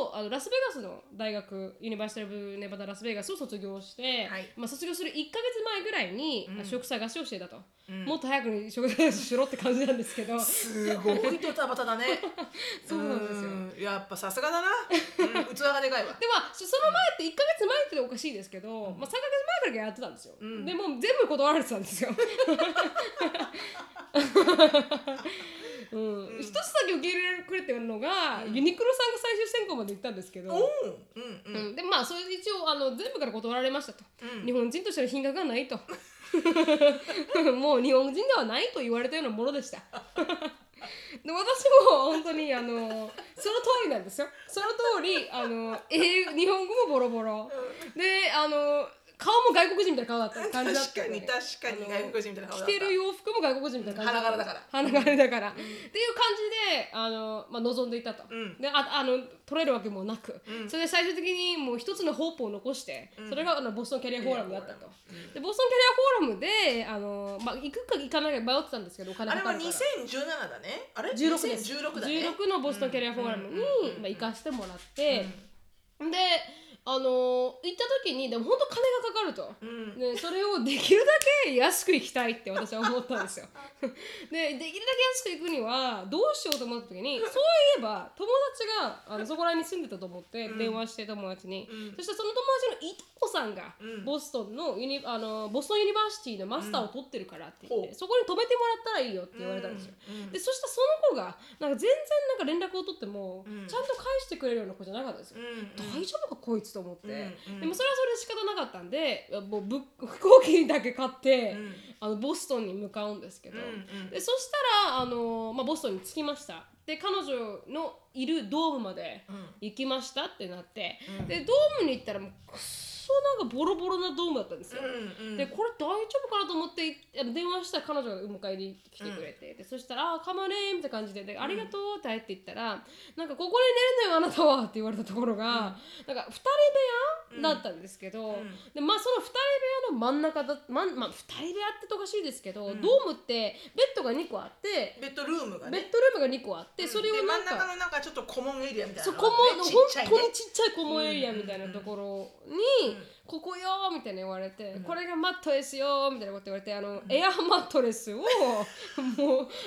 Speaker 1: うどあのラスベガスの大学ユニバーシティ・オブ・ネバダ・ラスベガスを卒業して、
Speaker 2: はい
Speaker 1: まあ、卒業する1か月前ぐらいに、
Speaker 2: うん
Speaker 1: 職探しをしてたと、
Speaker 2: うん
Speaker 1: もっと早くに職探ししろって感じなんです けど
Speaker 2: すごいドタバタだね
Speaker 1: そうなんですよ
Speaker 2: うんやっぱさすがだな、うん、器がでかいわ
Speaker 1: でまあそその前って1か月前っておかしいですけど、まあ、3か月前からやってたんですよ、
Speaker 2: うん
Speaker 1: でもう全部断られてたん ですようん、一つだけ受け入れてくれってるのが、ユニクロさんが最終選考まで行ったんですけど、
Speaker 2: おんうんうん
Speaker 1: うん、でまあそれ一応あの全部から断られましたと、
Speaker 2: うん
Speaker 1: 日本人としての品格がない ともう日本人ではないと言われたようなものでしたで私も本当にあのその通りなんですよその通りあの英語日本語もボロボロであの顔も外国人みたいな顔だった感じだった
Speaker 2: 確かに確かに外国人みたいな顔だ
Speaker 1: 着
Speaker 2: ってた
Speaker 1: る洋服も外国人みたいな感じ
Speaker 2: 花柄だから
Speaker 1: 花柄だから、っていう感じであの、まあ、望んでいたと、
Speaker 2: うん
Speaker 1: でああの取れるわけもなく、
Speaker 2: うん
Speaker 1: それで最終的にもう一つのホープを残して、それがあのボストンキャリアフォーラムだったと、でボストンキャリアフォーラムであの、まあ、行くか行かないか迷ってたんですけどお金
Speaker 2: あ
Speaker 1: か
Speaker 2: れ
Speaker 1: か
Speaker 2: は
Speaker 1: るから
Speaker 2: 2017だねあれ
Speaker 1: 16です
Speaker 2: 2016だね
Speaker 1: 16のボストンキャリアフォーラムに、まあ、行かせてもらって、であの行った時にでも本当金がかかると。
Speaker 2: うん
Speaker 1: ね、それをできるだけ安く行きたいって私は思ったんです よ。でできるだけ安く行くにはどうしようと思った時にそういえば友達があのそこら辺に住んでたと思って電話して友達に、
Speaker 2: うん
Speaker 1: そしてその友達のいとこさんが
Speaker 2: うん
Speaker 1: ボストンのユニあのボストンユニバーシティのマスターを取ってるからって言って、
Speaker 2: ほう
Speaker 1: そこに泊めてもらったらいいよって言われたんですよ。
Speaker 2: うん
Speaker 1: でそしたらその子がなんか全然なんか連絡を取っても、
Speaker 2: うん
Speaker 1: ちゃんと返してくれるような子じゃなかったんですよ。
Speaker 2: うん
Speaker 1: 大丈夫かこいつと思って、
Speaker 2: うんうん
Speaker 1: でもそれはそれで仕方なかったんでもうぶ飛行機だけ買って、
Speaker 2: うん
Speaker 1: あのボストンに向かうんですけど、
Speaker 2: うんうん
Speaker 1: でそしたらあの、まあ、ボストンに着きましたで彼女のいるドームまで
Speaker 2: うん
Speaker 1: 行きましたってなって、
Speaker 2: うん
Speaker 1: でドームに行ったらもうくっそなんかボロボロなドームだったんですよ、
Speaker 2: うんうん
Speaker 1: でこれ大丈夫かなと思っていあの電話したら彼女が迎えに来てくれて、でそしたら「あーカマネー」みたいな感じでで「ありがとう」って入っていったら「なんかここに寝るのよあなたは」って言われたところが、なんか2人部屋だったんですけど、
Speaker 2: うん
Speaker 1: でまあその2人部屋の真ん中だ、まんまあ、2人部屋っておかしいですけど、
Speaker 2: ん
Speaker 1: ドームってベッドが2個あって
Speaker 2: ベッドルームが
Speaker 1: ベッ
Speaker 2: ね
Speaker 1: ドルームが2個あって、それを
Speaker 2: で
Speaker 1: な
Speaker 2: 真
Speaker 1: ん
Speaker 2: ん
Speaker 1: か。
Speaker 2: 中のなんかちょっと顧問エリアみたいな
Speaker 1: そ
Speaker 2: の
Speaker 1: こも
Speaker 2: があるね
Speaker 1: 本
Speaker 2: ちっちゃいね
Speaker 1: 当にちっちゃいコモエリアみたいなところに「ここよ」みたいな言われて「これがマットレスよ」みたいなこと言われてあのエアマットレスをもう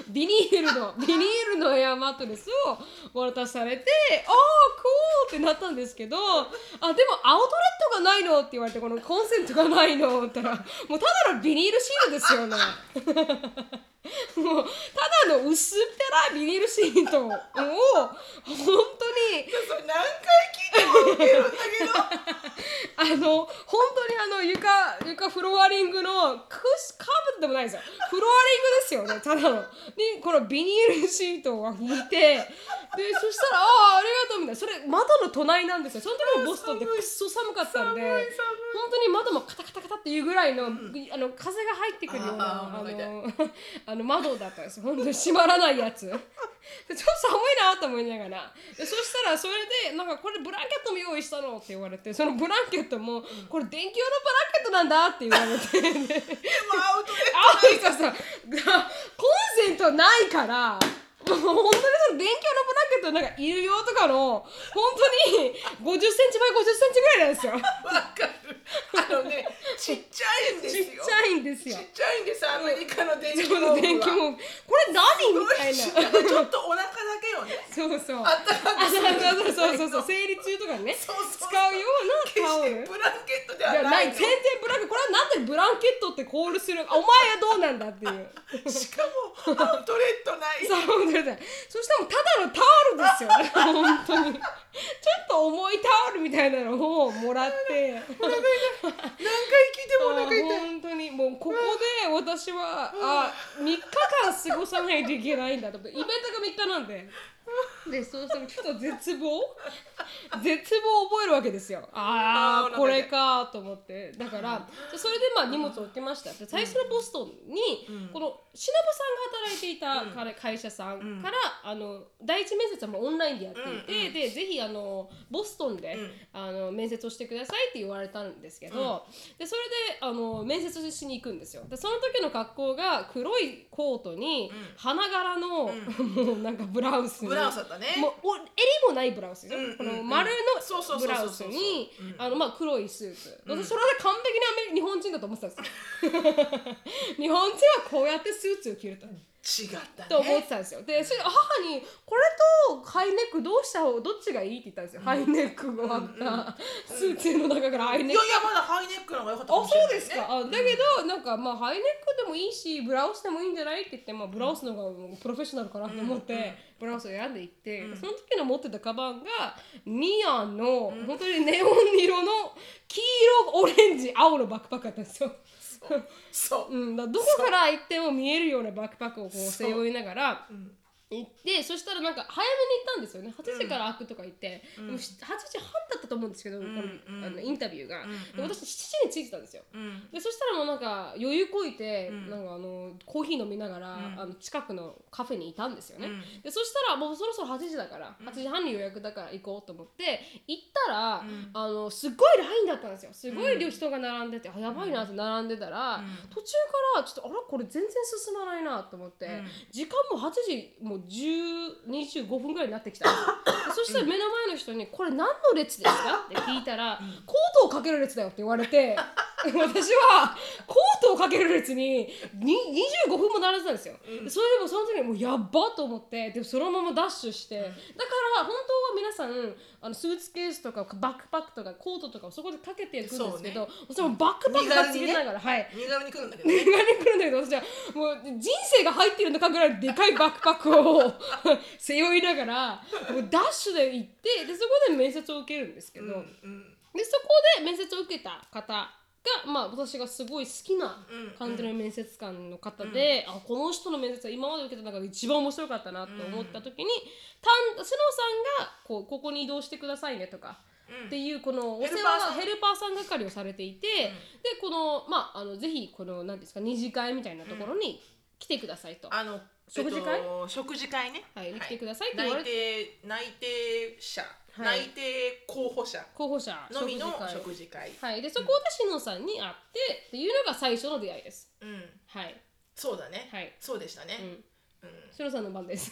Speaker 1: ビニールのビニールのエアマットレスを渡されて「ああこう!」ってなったんですけど「あでもアウトレットがないの?」って言われて「このコンセントがないの?」って言ったら「もうただのビニールシールですよね」 もうただの薄っぺらいビニールシートを本当に
Speaker 2: それ何回聞いても受けるんだけど
Speaker 1: あの本当にあの床床フロアリングのクスカーペットでもないですよフロアリングですよねただのにこのビニールシートを引いてでそしたら「ああありがとう」みたいなそれ窓の隣なんですよその時もボストンってくっそ寒かったんで
Speaker 2: 寒い寒い
Speaker 1: 本当に窓もカタカタカタっていうぐらいの,、あの風が入ってくるような
Speaker 2: あー
Speaker 1: あ
Speaker 2: お腹痛い
Speaker 1: の あの窓だったんですよ本当に閉まらないやつ。 でちょっと寒いなと思いながらでそしたらそれでなんかこれブランケットも用意したのって言われてそのブランケットもこれ電気用のブランケットなんだって言われ て
Speaker 2: でもアウトレット
Speaker 1: あおいささんがコンセントないからも本当にその勉強のブラケットなんかいるよとかの本当に50センチ前50センチぐらいなんですよ。
Speaker 2: わかるあのねちっちゃいんで
Speaker 1: ち
Speaker 2: す
Speaker 1: っ
Speaker 2: よ
Speaker 1: ちゃいんです
Speaker 2: ち
Speaker 1: よ
Speaker 2: っ。ちゃいんですアメリカの電気
Speaker 1: その電気
Speaker 2: 毛布は
Speaker 1: 毛布これ何みたい
Speaker 2: す
Speaker 1: な
Speaker 2: ご。いちっちゃいちょっとお腹だけよね
Speaker 1: そうそう。
Speaker 2: あったか
Speaker 1: あ
Speaker 2: く
Speaker 1: そう
Speaker 2: する
Speaker 1: そうそうそうそう 生理中とかにね
Speaker 2: そうそう
Speaker 1: 使うようなタオル
Speaker 2: 決してブランケットで
Speaker 1: じゃ
Speaker 2: はな
Speaker 1: ないい
Speaker 2: の
Speaker 1: 全然ブランケこれはなんでブランケットってコールするあお前はどうなんだって いう
Speaker 2: しかもアウトレットない
Speaker 1: そう本当だそしたらもうただのタオルですよね本当に ちょっと重いタオルみたいなのをもらって
Speaker 2: 何回聞いてもお腹痛い
Speaker 1: 本当にもうここで私はあ3日間過ごさないといけないんだと思ってイベントが3日なんででそうしてもちょっと絶望絶望を覚えるわけですよあ
Speaker 2: あ
Speaker 1: あ
Speaker 2: ー
Speaker 1: これかと思ってだからそれでまあ荷物を置きましたで最初のボストンに、
Speaker 2: うん
Speaker 1: このしのぶさんが働いていた彼会社さんから、あ
Speaker 2: うん
Speaker 1: の第一面接はもうオンラインでやっていて、
Speaker 2: うんうん
Speaker 1: でぜひあのボストンで、
Speaker 2: うん
Speaker 1: あの面接をしてくださいって言われたんですけど、でそれであの面接しに行くんですよでその時の格好が黒いコートに
Speaker 2: うん
Speaker 1: 花柄の、もうなんかブラウスに
Speaker 2: ブラウスだったね
Speaker 1: もうお襟もないブラウスですよ、
Speaker 2: うんうんうん
Speaker 1: この丸
Speaker 2: そう
Speaker 1: の
Speaker 2: そう
Speaker 1: ブ
Speaker 2: そうそう
Speaker 1: ラウスに
Speaker 2: うん
Speaker 1: あのまあ黒いスーツ、
Speaker 2: うん
Speaker 1: 私それで完璧にアメリ日本人だと思ってたんですよ 日本人はこうやってスーツを着ると。
Speaker 2: 違ったね
Speaker 1: と思ってたんですよ。で、それで母に「これとハイネックどうした方どっちがいい?」って言ったんですよ。ハイネックがあったスーツの中からハイ
Speaker 2: いや
Speaker 1: ネ
Speaker 2: い
Speaker 1: ッ
Speaker 2: や
Speaker 1: ク。
Speaker 2: まだハイネックの方が良かったか
Speaker 1: あ
Speaker 2: もしれ
Speaker 1: そう
Speaker 2: ないね
Speaker 1: ですか、あだけどなんかまあハイネックでもいいしブラウスでもいいんじゃないって言って、まあ、ブラウスの方がプロフェッショナルかなと思って、
Speaker 2: うんうん
Speaker 1: ブラウスを選んでいって、
Speaker 2: うん
Speaker 1: その時の持ってたカバンがミアの、本当にネオン色の黄色オレンジ青のバックパックだったんですよ。
Speaker 2: そう
Speaker 1: うん、だからどこから行っても見えるようなバックパックをこう
Speaker 2: そう
Speaker 1: 背負いながら
Speaker 2: うん
Speaker 1: 行ってそしたらなんか早めに行ったんですよね8時から開くとか言って、でもし8時半だったと思うんですけど、この
Speaker 2: うん
Speaker 1: あのインタビューが、
Speaker 2: うんうん
Speaker 1: で私7時に着いてたんですよ
Speaker 2: うん
Speaker 1: でそしたらもうなんか余裕こいて、
Speaker 2: うん
Speaker 1: なんかあのコーヒー飲みながら、
Speaker 2: うん
Speaker 1: あの近くのカフェにいたんですよね、
Speaker 2: うん
Speaker 1: でそしたらもうそろそろ8時だから
Speaker 2: うん
Speaker 1: 8時半に予約だから行こうと思って行ったら、
Speaker 2: うん
Speaker 1: あのすっごいラインだったんですよすごい量
Speaker 2: うん
Speaker 1: 人が並んでて、あやばいなって並んでたら、
Speaker 2: うん
Speaker 1: 途中からちょっとあらこれ全然進まないなと思って、
Speaker 2: うん
Speaker 1: 時間も8時もう1025分ぐらいになってきたん ですよそしたら目の前の人に「これ何の列ですか?」って聞いたら「コートをかける列だよ」って言われ て私はコートをかける列にに25分も並んでたんですよ、
Speaker 2: うん
Speaker 1: それでもその時にもうやっばと思ってでもそのままダッシュして、だから本当は皆さんあのスーツケースとかバックパックとかコートとかをそこでかけていくんですけどそ,、のバックパックがちぎれながら、はい
Speaker 2: 身軽に来るんだけど
Speaker 1: 何
Speaker 2: ね
Speaker 1: がに来るんだけど私はもう人生が入ってるのかぐらいでかいバックパックを 背負いながらもうダッシュで行ってでそこで面接を受けるんですけど、
Speaker 2: うんうん
Speaker 1: でそこで面接を受けた方が、まあ、私がすごい好きな感じの面接官の方で、あこの人の面接は今まで受けた中で一番面白かったなと思った時に、たん、スノーさんがこうここに移動してくださいねとか
Speaker 2: うん
Speaker 1: っていうこのお世話
Speaker 2: ヘルパーさ
Speaker 1: が
Speaker 2: ん
Speaker 1: ヘルパーさん係をされていて、でこのまああのぜひこの何ですか二次会みたいなところに来てくださいと、
Speaker 2: あの
Speaker 1: 食事会
Speaker 2: えっと食事会ね
Speaker 1: はい来てくださいって言われ
Speaker 2: 内
Speaker 1: て
Speaker 2: 定内定者
Speaker 1: はい
Speaker 2: 内定候補者
Speaker 1: 候補者
Speaker 2: のみの
Speaker 1: 食
Speaker 2: 食
Speaker 1: 事
Speaker 2: 事会
Speaker 1: 会はいでそこでしのさんに会ってっていうのが最初の出会いです
Speaker 2: うん
Speaker 1: はい
Speaker 2: そうだね
Speaker 1: はい
Speaker 2: そうでしたね
Speaker 1: うん
Speaker 2: うんも
Speaker 1: しのさんの番 です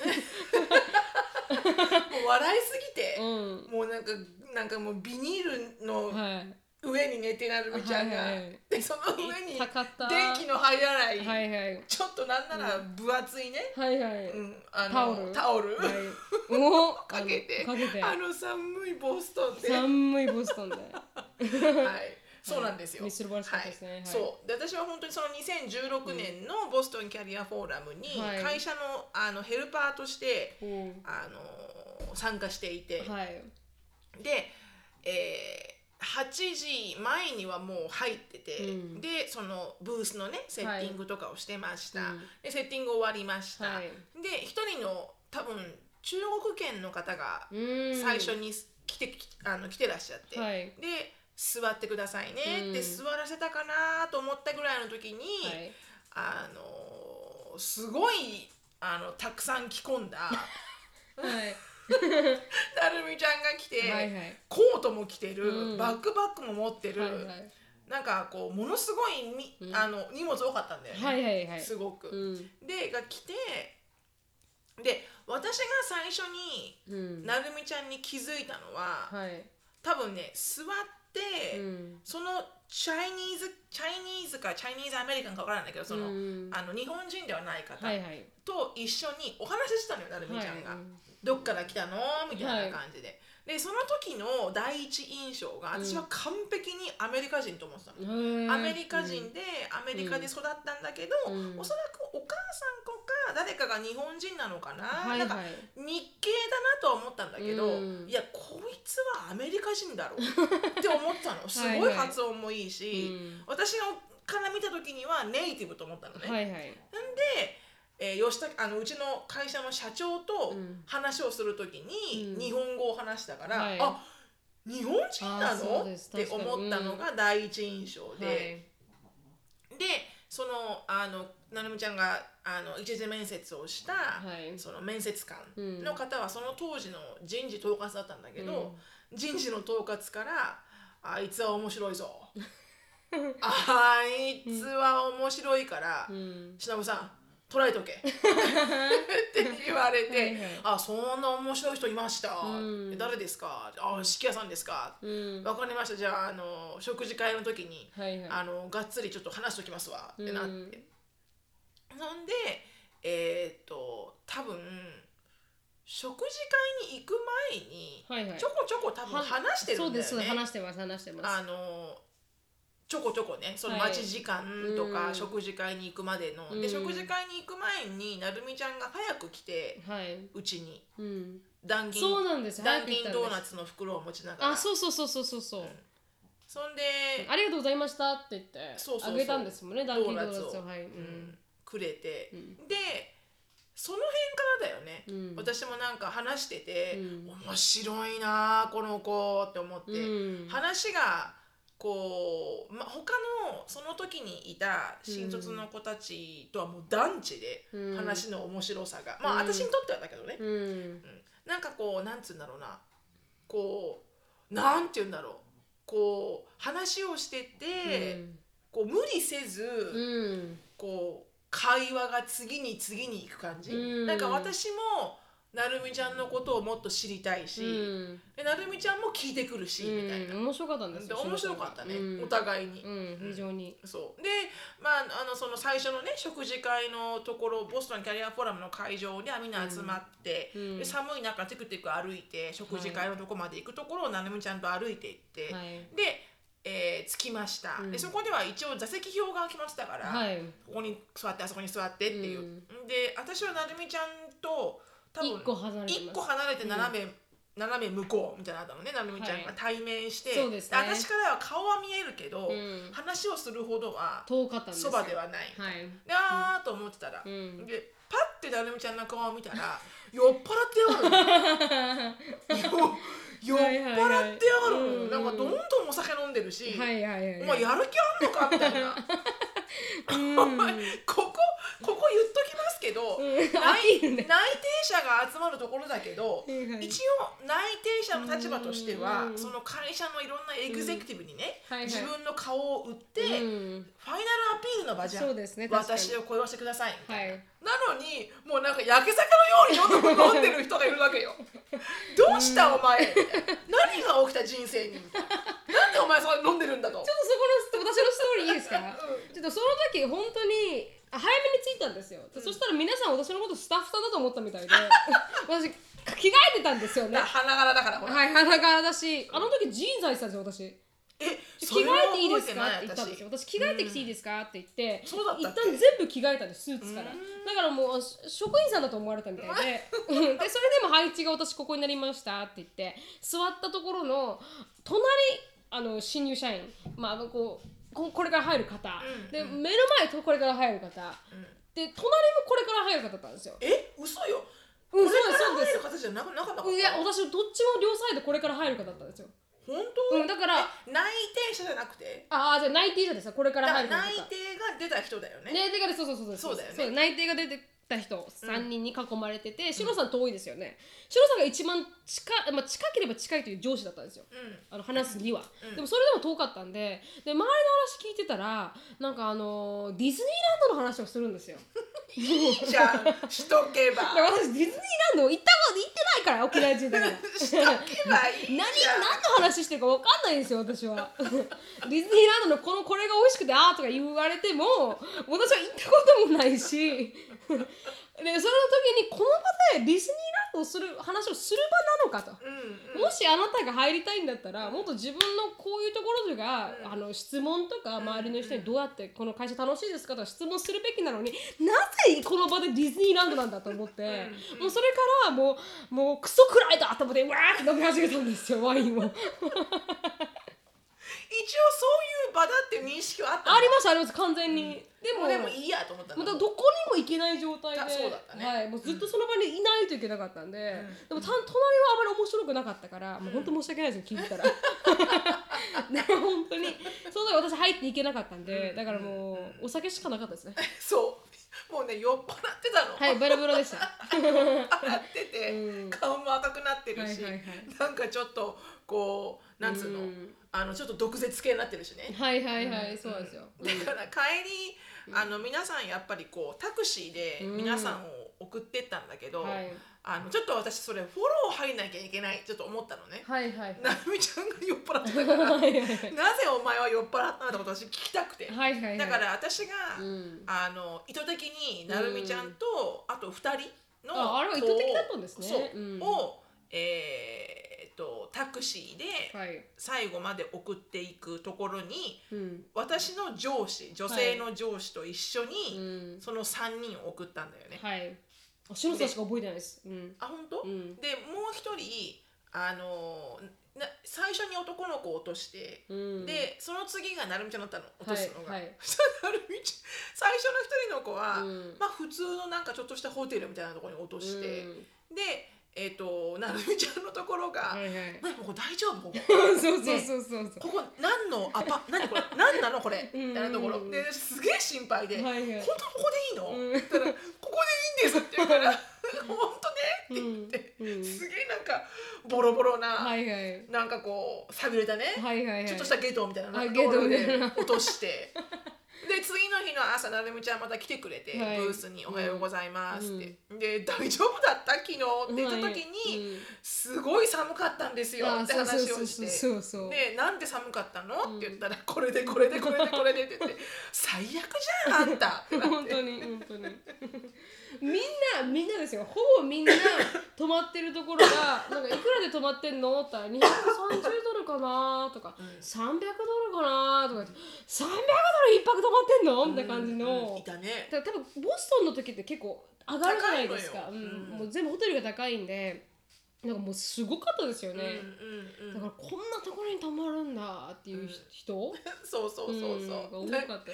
Speaker 2: う笑いすぎて
Speaker 1: うん
Speaker 2: もうなんかなんかもうビニールの
Speaker 1: はい
Speaker 2: 上に寝てなるみちゃんが
Speaker 1: はいはいはい
Speaker 2: でその上に
Speaker 1: 高田
Speaker 2: 電気の入らない、
Speaker 1: はいはい
Speaker 2: ちょっとなんなら分厚いね、
Speaker 1: はいはい、
Speaker 2: うんあの
Speaker 1: タオル
Speaker 2: タオル、
Speaker 1: はいもう
Speaker 2: かけて
Speaker 1: あのかけて
Speaker 2: あの寒いボストンで、 はい、
Speaker 1: 寒いボストンで
Speaker 2: そうなんですよ。
Speaker 1: みすぼらしかったですね
Speaker 2: はい
Speaker 1: はい
Speaker 2: そうで私は本当にその2016年のボストンキャリアフォーラムに
Speaker 1: はい
Speaker 2: 会社のあのヘルパーとして
Speaker 1: うん
Speaker 2: あの参加していて、
Speaker 1: はい
Speaker 2: で、えー8時前にはもう入ってて、
Speaker 1: うん
Speaker 2: でそのブースのねセッティングとかをしてました、
Speaker 1: はいうん
Speaker 2: でセッティング終わりました、
Speaker 1: はい
Speaker 2: で一人の多分中国圏の方が
Speaker 1: うん
Speaker 2: 最初に来て,き、あの来てらっしゃって、
Speaker 1: はい
Speaker 2: で座ってくださいねって
Speaker 1: うん
Speaker 2: 座らせたかなと思ったぐらいの時に、
Speaker 1: はい
Speaker 2: あのーすごいあのたくさん着込ん だ
Speaker 1: はい
Speaker 2: なるみちゃんが来て。
Speaker 1: はいはい
Speaker 2: コートも着てる、
Speaker 1: うん
Speaker 2: バックパックも持ってる、
Speaker 1: はいはい
Speaker 2: なんかこうものすごいみ、
Speaker 1: うん
Speaker 2: あの荷物多かったんだよね、
Speaker 1: はいはいはい
Speaker 2: すごく。
Speaker 1: うん
Speaker 2: でが来てで私が最初に
Speaker 1: うん
Speaker 2: なるみちゃんに気づいたのは、
Speaker 1: はい
Speaker 2: 多分ね座って、
Speaker 1: うん
Speaker 2: そのチャイニーズチャイニーズかチャイニーズアメリカンかわからないけどその、
Speaker 1: うん
Speaker 2: あの日本人ではない方
Speaker 1: はいはい
Speaker 2: と一緒にお話ししたのよなるみちゃんが、
Speaker 1: はい
Speaker 2: どっから来たのみたいな感じで、でその時の第一印象が私は完璧にアメリカ人と思ってたの、
Speaker 1: うん
Speaker 2: アメリカ人で、アメリカで育ったんだけど、
Speaker 1: うん
Speaker 2: おそらくお母さんとか誰かが日本人なのかな,、
Speaker 1: はい
Speaker 2: な
Speaker 1: はい
Speaker 2: んか日系だなとは思ったんだけど、
Speaker 1: うん
Speaker 2: いやこいつはアメリカ人 だろうって思ったのすごい発音もいいし
Speaker 1: うん
Speaker 2: 私から見た時にはネイティブと思ったのね。
Speaker 1: はいはい
Speaker 2: で、えー吉田あのうちの会社の社長と
Speaker 1: うん
Speaker 2: 話をするときに
Speaker 1: うん
Speaker 2: 日本語を話したから、
Speaker 1: はい
Speaker 2: あ日本人な
Speaker 1: あーそう
Speaker 2: の
Speaker 1: で
Speaker 2: っ
Speaker 1: す
Speaker 2: て
Speaker 1: 確かに
Speaker 2: 思ったのが第一印象で、
Speaker 1: はい
Speaker 2: でそのあのななみちゃんがあの一時面接をした、
Speaker 1: はい
Speaker 2: その面接官
Speaker 1: うん
Speaker 2: の方はその当時の人事統括だったんだけど、人事の統括から「あいつは面白 いぞ」「あいつは面白いから」
Speaker 1: うん
Speaker 2: しなぶさん捉えと けって言われて
Speaker 1: はいはい
Speaker 2: あそんな面白い人いました、
Speaker 1: うん
Speaker 2: 誰ですかあ四季屋さんですか、
Speaker 1: うん
Speaker 2: わかりましたじゃああの食事会の時に、
Speaker 1: はいはい
Speaker 2: あのがっつりちょっと話しときますわってなって、
Speaker 1: うん
Speaker 2: そんでえーっと多分食事会に行く前に、
Speaker 1: はいはい
Speaker 2: ちょこちょこ多分
Speaker 1: は
Speaker 2: 話してるんだよ
Speaker 1: そうです
Speaker 2: ね
Speaker 1: 話してます話してます
Speaker 2: あのちょこちょこねその
Speaker 1: はい
Speaker 2: 待ち時間とか、
Speaker 1: うん
Speaker 2: 食事会に行くまでの、
Speaker 1: う
Speaker 2: で
Speaker 1: ん
Speaker 2: 食事会に行く前になるみちゃんが早く来て
Speaker 1: はい、
Speaker 2: うちに
Speaker 1: うん、
Speaker 2: 断銀
Speaker 1: そうなんです
Speaker 2: 断
Speaker 1: 早く行
Speaker 2: 銀
Speaker 1: ったん
Speaker 2: ド
Speaker 1: で
Speaker 2: ー
Speaker 1: す
Speaker 2: ナツの袋を持ちながら
Speaker 1: あそうそうそうそうそうそう
Speaker 2: そんで、
Speaker 1: ありがとうございましたって言って
Speaker 2: そうそうそう
Speaker 1: あげたんですもんねダンキードーナツ
Speaker 2: ドーナツを
Speaker 1: をはい、う
Speaker 2: うん
Speaker 1: ん
Speaker 2: くれて、
Speaker 1: うん
Speaker 2: でその辺からだよね、
Speaker 1: うん
Speaker 2: 私もなんか話してて、
Speaker 1: うん
Speaker 2: 面白いなあこの子って思って、
Speaker 1: うん
Speaker 2: 話がこう、ま、他のその時にいた新卒の子たちとはもう団地で
Speaker 1: うん
Speaker 2: 話の面白さが、まあ
Speaker 1: うん
Speaker 2: 私にとってはだけどね、
Speaker 1: うん
Speaker 2: うんなんかこうなんつうんだろうなこうなんて言うんだろうこう話をしてて、こう無理せず、
Speaker 1: うん
Speaker 2: こう会話が次に次に行く感じ、
Speaker 1: うん
Speaker 2: なんか私もなるみちゃんのことをもっと知りたいし、
Speaker 1: うん
Speaker 2: でなるみちゃんも聞いてくるし、みたいな
Speaker 1: うん、面白かったんです
Speaker 2: で
Speaker 1: よ
Speaker 2: 面白かったね、
Speaker 1: うん
Speaker 2: お互いに、
Speaker 1: うん非常に
Speaker 2: そうでまああのその最初のね食事会のところボストンキャリアフォーラムの会場にはみんな集まって、
Speaker 1: うん
Speaker 2: で寒い中テクテク歩いて食事会のとこまで行くところをなるみちゃんと歩いて行って、
Speaker 1: はい
Speaker 2: で、えー着きました、
Speaker 1: うん
Speaker 2: でそこでは一応座席表が来ましたから、
Speaker 1: はい
Speaker 2: ここに座ってあそこに座ってっていう、
Speaker 1: うん
Speaker 2: で私はなるみちゃんと多分
Speaker 1: 一個離れてます
Speaker 2: 一個離れて斜め、斜め向こうみたいなのあったのねなるみちゃんが
Speaker 1: はい
Speaker 2: 対面して、
Speaker 1: そうですね
Speaker 2: 私からは顔は見えるけど、
Speaker 1: うん
Speaker 2: 話をするほどは
Speaker 1: 遠かったんです
Speaker 2: そばではない、
Speaker 1: はい
Speaker 2: であーと思ってたら、
Speaker 1: うん
Speaker 2: でパッてなるみちゃんの顔を見たら酔っ 払ってやがるのよ酔っ
Speaker 1: はいはいはい
Speaker 2: 払ってやがるの
Speaker 1: う
Speaker 2: よ
Speaker 1: ん
Speaker 2: なんかどんどんお酒飲んでるし、
Speaker 1: はいはいはい
Speaker 2: お前やる気あんのかみたいな。
Speaker 1: うん
Speaker 2: お前ここここ言っときますけど、
Speaker 1: うん
Speaker 2: 内
Speaker 1: アピールね
Speaker 2: 内定者が集まるところだけど、
Speaker 1: はいはい
Speaker 2: 一応内定者の立場としては、
Speaker 1: うん
Speaker 2: その会社のいろんなエグゼクティブにね、
Speaker 1: うんはいはい
Speaker 2: 自分の顔を売って、ファ
Speaker 1: う
Speaker 2: イ
Speaker 1: ん
Speaker 2: ナルアピールの場じゃん
Speaker 1: そうですね確かに
Speaker 2: 私を雇用してくださいみたいな、
Speaker 1: はい
Speaker 2: なのにもうなんか焼け酒のように飲んで飲んでる人がいるわけよどうしたお前みたいな何が起きた人 生にみたいななんでお前そんな飲んでるんだ
Speaker 1: ちょ
Speaker 2: と
Speaker 1: っとそこの私のストーリーいいですか
Speaker 2: う
Speaker 1: ちょっとその時本当にあ早めに着いたんですよ、そしたら皆さん私のことスタッフさんだと思ったみ たいで私着替えてたんですよね
Speaker 2: な花柄だからほら、
Speaker 1: はい花柄だしあの時ジーンザイしたんですよ私
Speaker 2: え
Speaker 1: 着
Speaker 2: そ
Speaker 1: 替
Speaker 2: れは
Speaker 1: えていいですかっ
Speaker 2: 覚
Speaker 1: て言
Speaker 2: えな
Speaker 1: っ
Speaker 2: い
Speaker 1: たんですよ私着替えてきていいですかって言って
Speaker 2: そうだった
Speaker 1: 一
Speaker 2: っ
Speaker 1: 旦
Speaker 2: け
Speaker 1: 全部着替えたんですスーツからだからもうし職員さんだと思われたみたい でうんでそれでも配置が私ここになりましたって言って座ったところの隣あの新入社員まああのこうここれから入る方、
Speaker 2: うん
Speaker 1: で目の前とこれから入る方、で隣もこれから入る方だったんですよ
Speaker 2: え嘘よ
Speaker 1: うん
Speaker 2: これから
Speaker 1: そうです
Speaker 2: 入る方じゃなくなかった
Speaker 1: いや私どっちも両サイドこれから入る方だったんですよ
Speaker 2: 本当、
Speaker 1: うんだから
Speaker 2: え内定者じゃなくて
Speaker 1: ああじゃあ内定者ですよこれか
Speaker 2: だ
Speaker 1: ら
Speaker 2: から
Speaker 1: 入
Speaker 2: 内
Speaker 1: る方とか
Speaker 2: 定が出た人だよね
Speaker 1: 内定がでそうそうそうそう
Speaker 2: そうだよね
Speaker 1: 内定が出てた人3人に囲まれてて、シロさん遠いですよねシロさんが一番近,、まあ、近ければ近いという上司だったんですよ
Speaker 2: う
Speaker 1: あの話すには、
Speaker 2: うん
Speaker 1: でもそれでも遠かったんで で周りの話聞いてたらなんかあのーディズニーランドの話をするんですよ
Speaker 2: いいじゃんしとけば
Speaker 1: だから私ディズニーランド行ったこと行ってないから沖縄人だから
Speaker 2: しとけばいいじ
Speaker 1: 何
Speaker 2: ゃん
Speaker 1: 何の話してるか分かんないんですよ私は ディズニーランドのこのこれが美味しくてあーとか言われても私は行ったこともないしでその時にこの場でディズニーランドをする話をする場なのかと。
Speaker 2: うんうん
Speaker 1: もしあなたが入りたいんだったらもっと自分のこういうところが、
Speaker 2: うん
Speaker 1: あの質問とか周りの人にどうやってこの会社楽しいですかとか質問するべきなのになぜこの場でディズニーランドなんだと思って、
Speaker 2: うん
Speaker 1: もうそれからもうもうクソくらいだと思ってわーって飲み始めたんですよワインをあり
Speaker 2: 一応そういう場だっていう認識はあったの
Speaker 1: ましたあります完全に、でも
Speaker 2: もうでもいいやと思った
Speaker 1: ま
Speaker 2: の
Speaker 1: たどこにも行けない状態で
Speaker 2: あそうだったね
Speaker 1: はい、もうずっとその場にいないといけなかったんで、でもた隣はあまり面白くなかったから、もう本当申し訳ないですよ聞いてた らでも本当にその時私入っていけなかったんでだからもうお酒しかなかったですね
Speaker 2: そうもうね酔っ払ってた の、
Speaker 1: はいブラブラでした
Speaker 2: 酔っ払ってて、
Speaker 1: うん
Speaker 2: 顔も赤くなってるし、
Speaker 1: はいはいはい
Speaker 2: なんかちょっとこうなんつうの、
Speaker 1: うん
Speaker 2: あのちょっと毒舌系になってるしね
Speaker 1: はいはいはい、そうなんですよ、
Speaker 2: だから帰りあの皆さんやっぱりこうタクシーで
Speaker 1: うん
Speaker 2: 皆さんを送ってったんだけど、
Speaker 1: はい
Speaker 2: あのちょっと私それフォロー入んなきゃいけないちょっと思ったのね、
Speaker 1: はいはい
Speaker 2: なるみちゃんが酔っ払ってたからな
Speaker 1: はい
Speaker 2: ぜお前は酔っ払ったんだってことを私聞きたくて、
Speaker 1: はいはい
Speaker 2: だから私が、
Speaker 1: うん
Speaker 2: あの意図的になるみちゃんと、あと2人の
Speaker 1: ああれは意図的だったんですね
Speaker 2: そう、
Speaker 1: うん
Speaker 2: を、えー、とタクシーで
Speaker 1: はい
Speaker 2: 最後まで送っていくところに
Speaker 1: うん
Speaker 2: 私の上司女性の上司と一緒
Speaker 1: う
Speaker 2: に、
Speaker 1: ん
Speaker 2: その3人を送ったんだよね。
Speaker 1: はいあ篠田しか覚えてないですうん
Speaker 2: あ本当、
Speaker 1: うん
Speaker 2: でもう一人あのーな最初に男の子を落として、
Speaker 1: うん
Speaker 2: でその次がなるみちゃんだったの落とすのが。
Speaker 1: はいはい
Speaker 2: そしたらなるみちゃん最初の一人の子は、
Speaker 1: うん
Speaker 2: まあ普通のなんかちょっとしたホテルみたいなところに落として、
Speaker 1: うん
Speaker 2: でえっ、となるみちゃんのところが
Speaker 1: はいはい
Speaker 2: 「何ここ大丈夫ここ
Speaker 1: そうそうそうそうそ
Speaker 2: ここ何のアパ何これ何なのこれ」
Speaker 1: うん
Speaker 2: みたいなところですげえ心配で「
Speaker 1: う。はいはい。
Speaker 2: 本当ここでいいの
Speaker 1: うん
Speaker 2: って言ったら「ここでいいんです」って言うから 「本当ね」っ
Speaker 1: う
Speaker 2: て言
Speaker 1: ん
Speaker 2: って。
Speaker 1: うん
Speaker 2: すげえなんかボロボロな、
Speaker 1: はいはい。
Speaker 2: なんかこう寂れたね、
Speaker 1: はいはいはい。
Speaker 2: ちょっとしたゲートみたいな
Speaker 1: あ
Speaker 2: ところ
Speaker 1: ゲートみたい
Speaker 2: で
Speaker 1: な
Speaker 2: 落としてで次の日の朝なるみちゃんまた来てくれて、
Speaker 1: はい
Speaker 2: ブースに「おはようございます」って、で「大丈夫だった昨日」って言った時に、
Speaker 1: うん
Speaker 2: すごい寒かったんですよ」
Speaker 1: あ
Speaker 2: って
Speaker 1: そうそう
Speaker 2: 話
Speaker 1: そ
Speaker 2: を
Speaker 1: う
Speaker 2: し
Speaker 1: そう
Speaker 2: て。
Speaker 1: そうそう。
Speaker 2: でなんで寒かったの?」
Speaker 1: うん
Speaker 2: って言ったら「これでこれでこれでこれで」って言って「最悪じゃんあんた」ってな っ
Speaker 1: 本
Speaker 2: て
Speaker 1: 当に本当にみんなみんなですよほぼみんな泊まってるところ がなんかいくらで泊まってんのって言ったら230ドルかなとか、300ドルかなとか言って300ドル一泊泊まってんのみたいな感じの、
Speaker 2: うんいたね
Speaker 1: た多分ボストンの時って結構上がるじゃないですか、
Speaker 2: 高
Speaker 1: う
Speaker 2: いのよ
Speaker 1: ん
Speaker 2: うん
Speaker 1: もう全部ホテルが高いんでなんかもうすごかったですよね、
Speaker 2: うんうん
Speaker 1: だ
Speaker 2: う
Speaker 1: から
Speaker 2: ん、
Speaker 1: こんなところに泊まるんだっていう人、
Speaker 2: そうそうそう
Speaker 1: うんが
Speaker 2: そう、
Speaker 1: 多かったで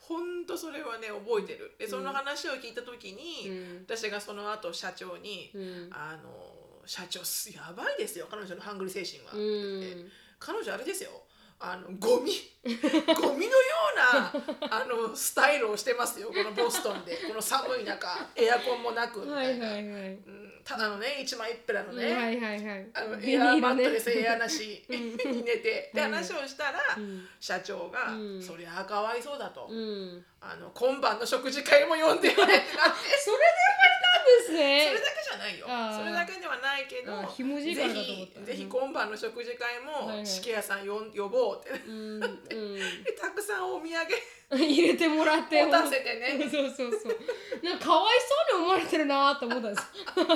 Speaker 2: ほんとそれはね覚えてるでその話を聞いた時
Speaker 1: す、
Speaker 2: に、
Speaker 1: うん
Speaker 2: 私がその後社長に「
Speaker 1: うん
Speaker 2: あの社長すやばいですよ彼女のハングル精神は」
Speaker 1: うん
Speaker 2: って言って彼女あれですよあのゴ ミゴミのようなあのスタイルをしてますよこのボストンでこの寒い中エアコンもなくみ
Speaker 1: は
Speaker 2: たい
Speaker 1: い
Speaker 2: な、
Speaker 1: はいはい、
Speaker 2: うん、ただのね一枚一ペラの
Speaker 1: うん
Speaker 2: ね、
Speaker 1: はいはいはい
Speaker 2: あの
Speaker 1: ビニ
Speaker 2: エア
Speaker 1: ー
Speaker 2: マ
Speaker 1: ル
Speaker 2: ッ
Speaker 1: ね
Speaker 2: トレスエアなしに寝てで
Speaker 1: はいはい
Speaker 2: 話をしたら、
Speaker 1: うん
Speaker 2: 社長が、
Speaker 1: うん
Speaker 2: そりゃあかわいそうだと、
Speaker 1: うん
Speaker 2: あの今晩の食事会も呼んでくれってなって
Speaker 1: それで生まれたんです
Speaker 2: そ
Speaker 1: ね
Speaker 2: れだけじゃないよ
Speaker 1: あー
Speaker 2: それだけではないけ
Speaker 1: あー
Speaker 2: ど
Speaker 1: ひもじい
Speaker 2: ぜ
Speaker 1: からだと思った
Speaker 2: ひぜひ今晩の食事会
Speaker 1: はいは
Speaker 2: も
Speaker 1: い
Speaker 2: 四季屋さんよん呼ぼうって
Speaker 1: うん
Speaker 2: でたくさんお土産
Speaker 1: うん、入れてもらって
Speaker 2: 持たせてね
Speaker 1: そうそうそう。なんかかわいそうに思われてるなと思ったんです。 あれ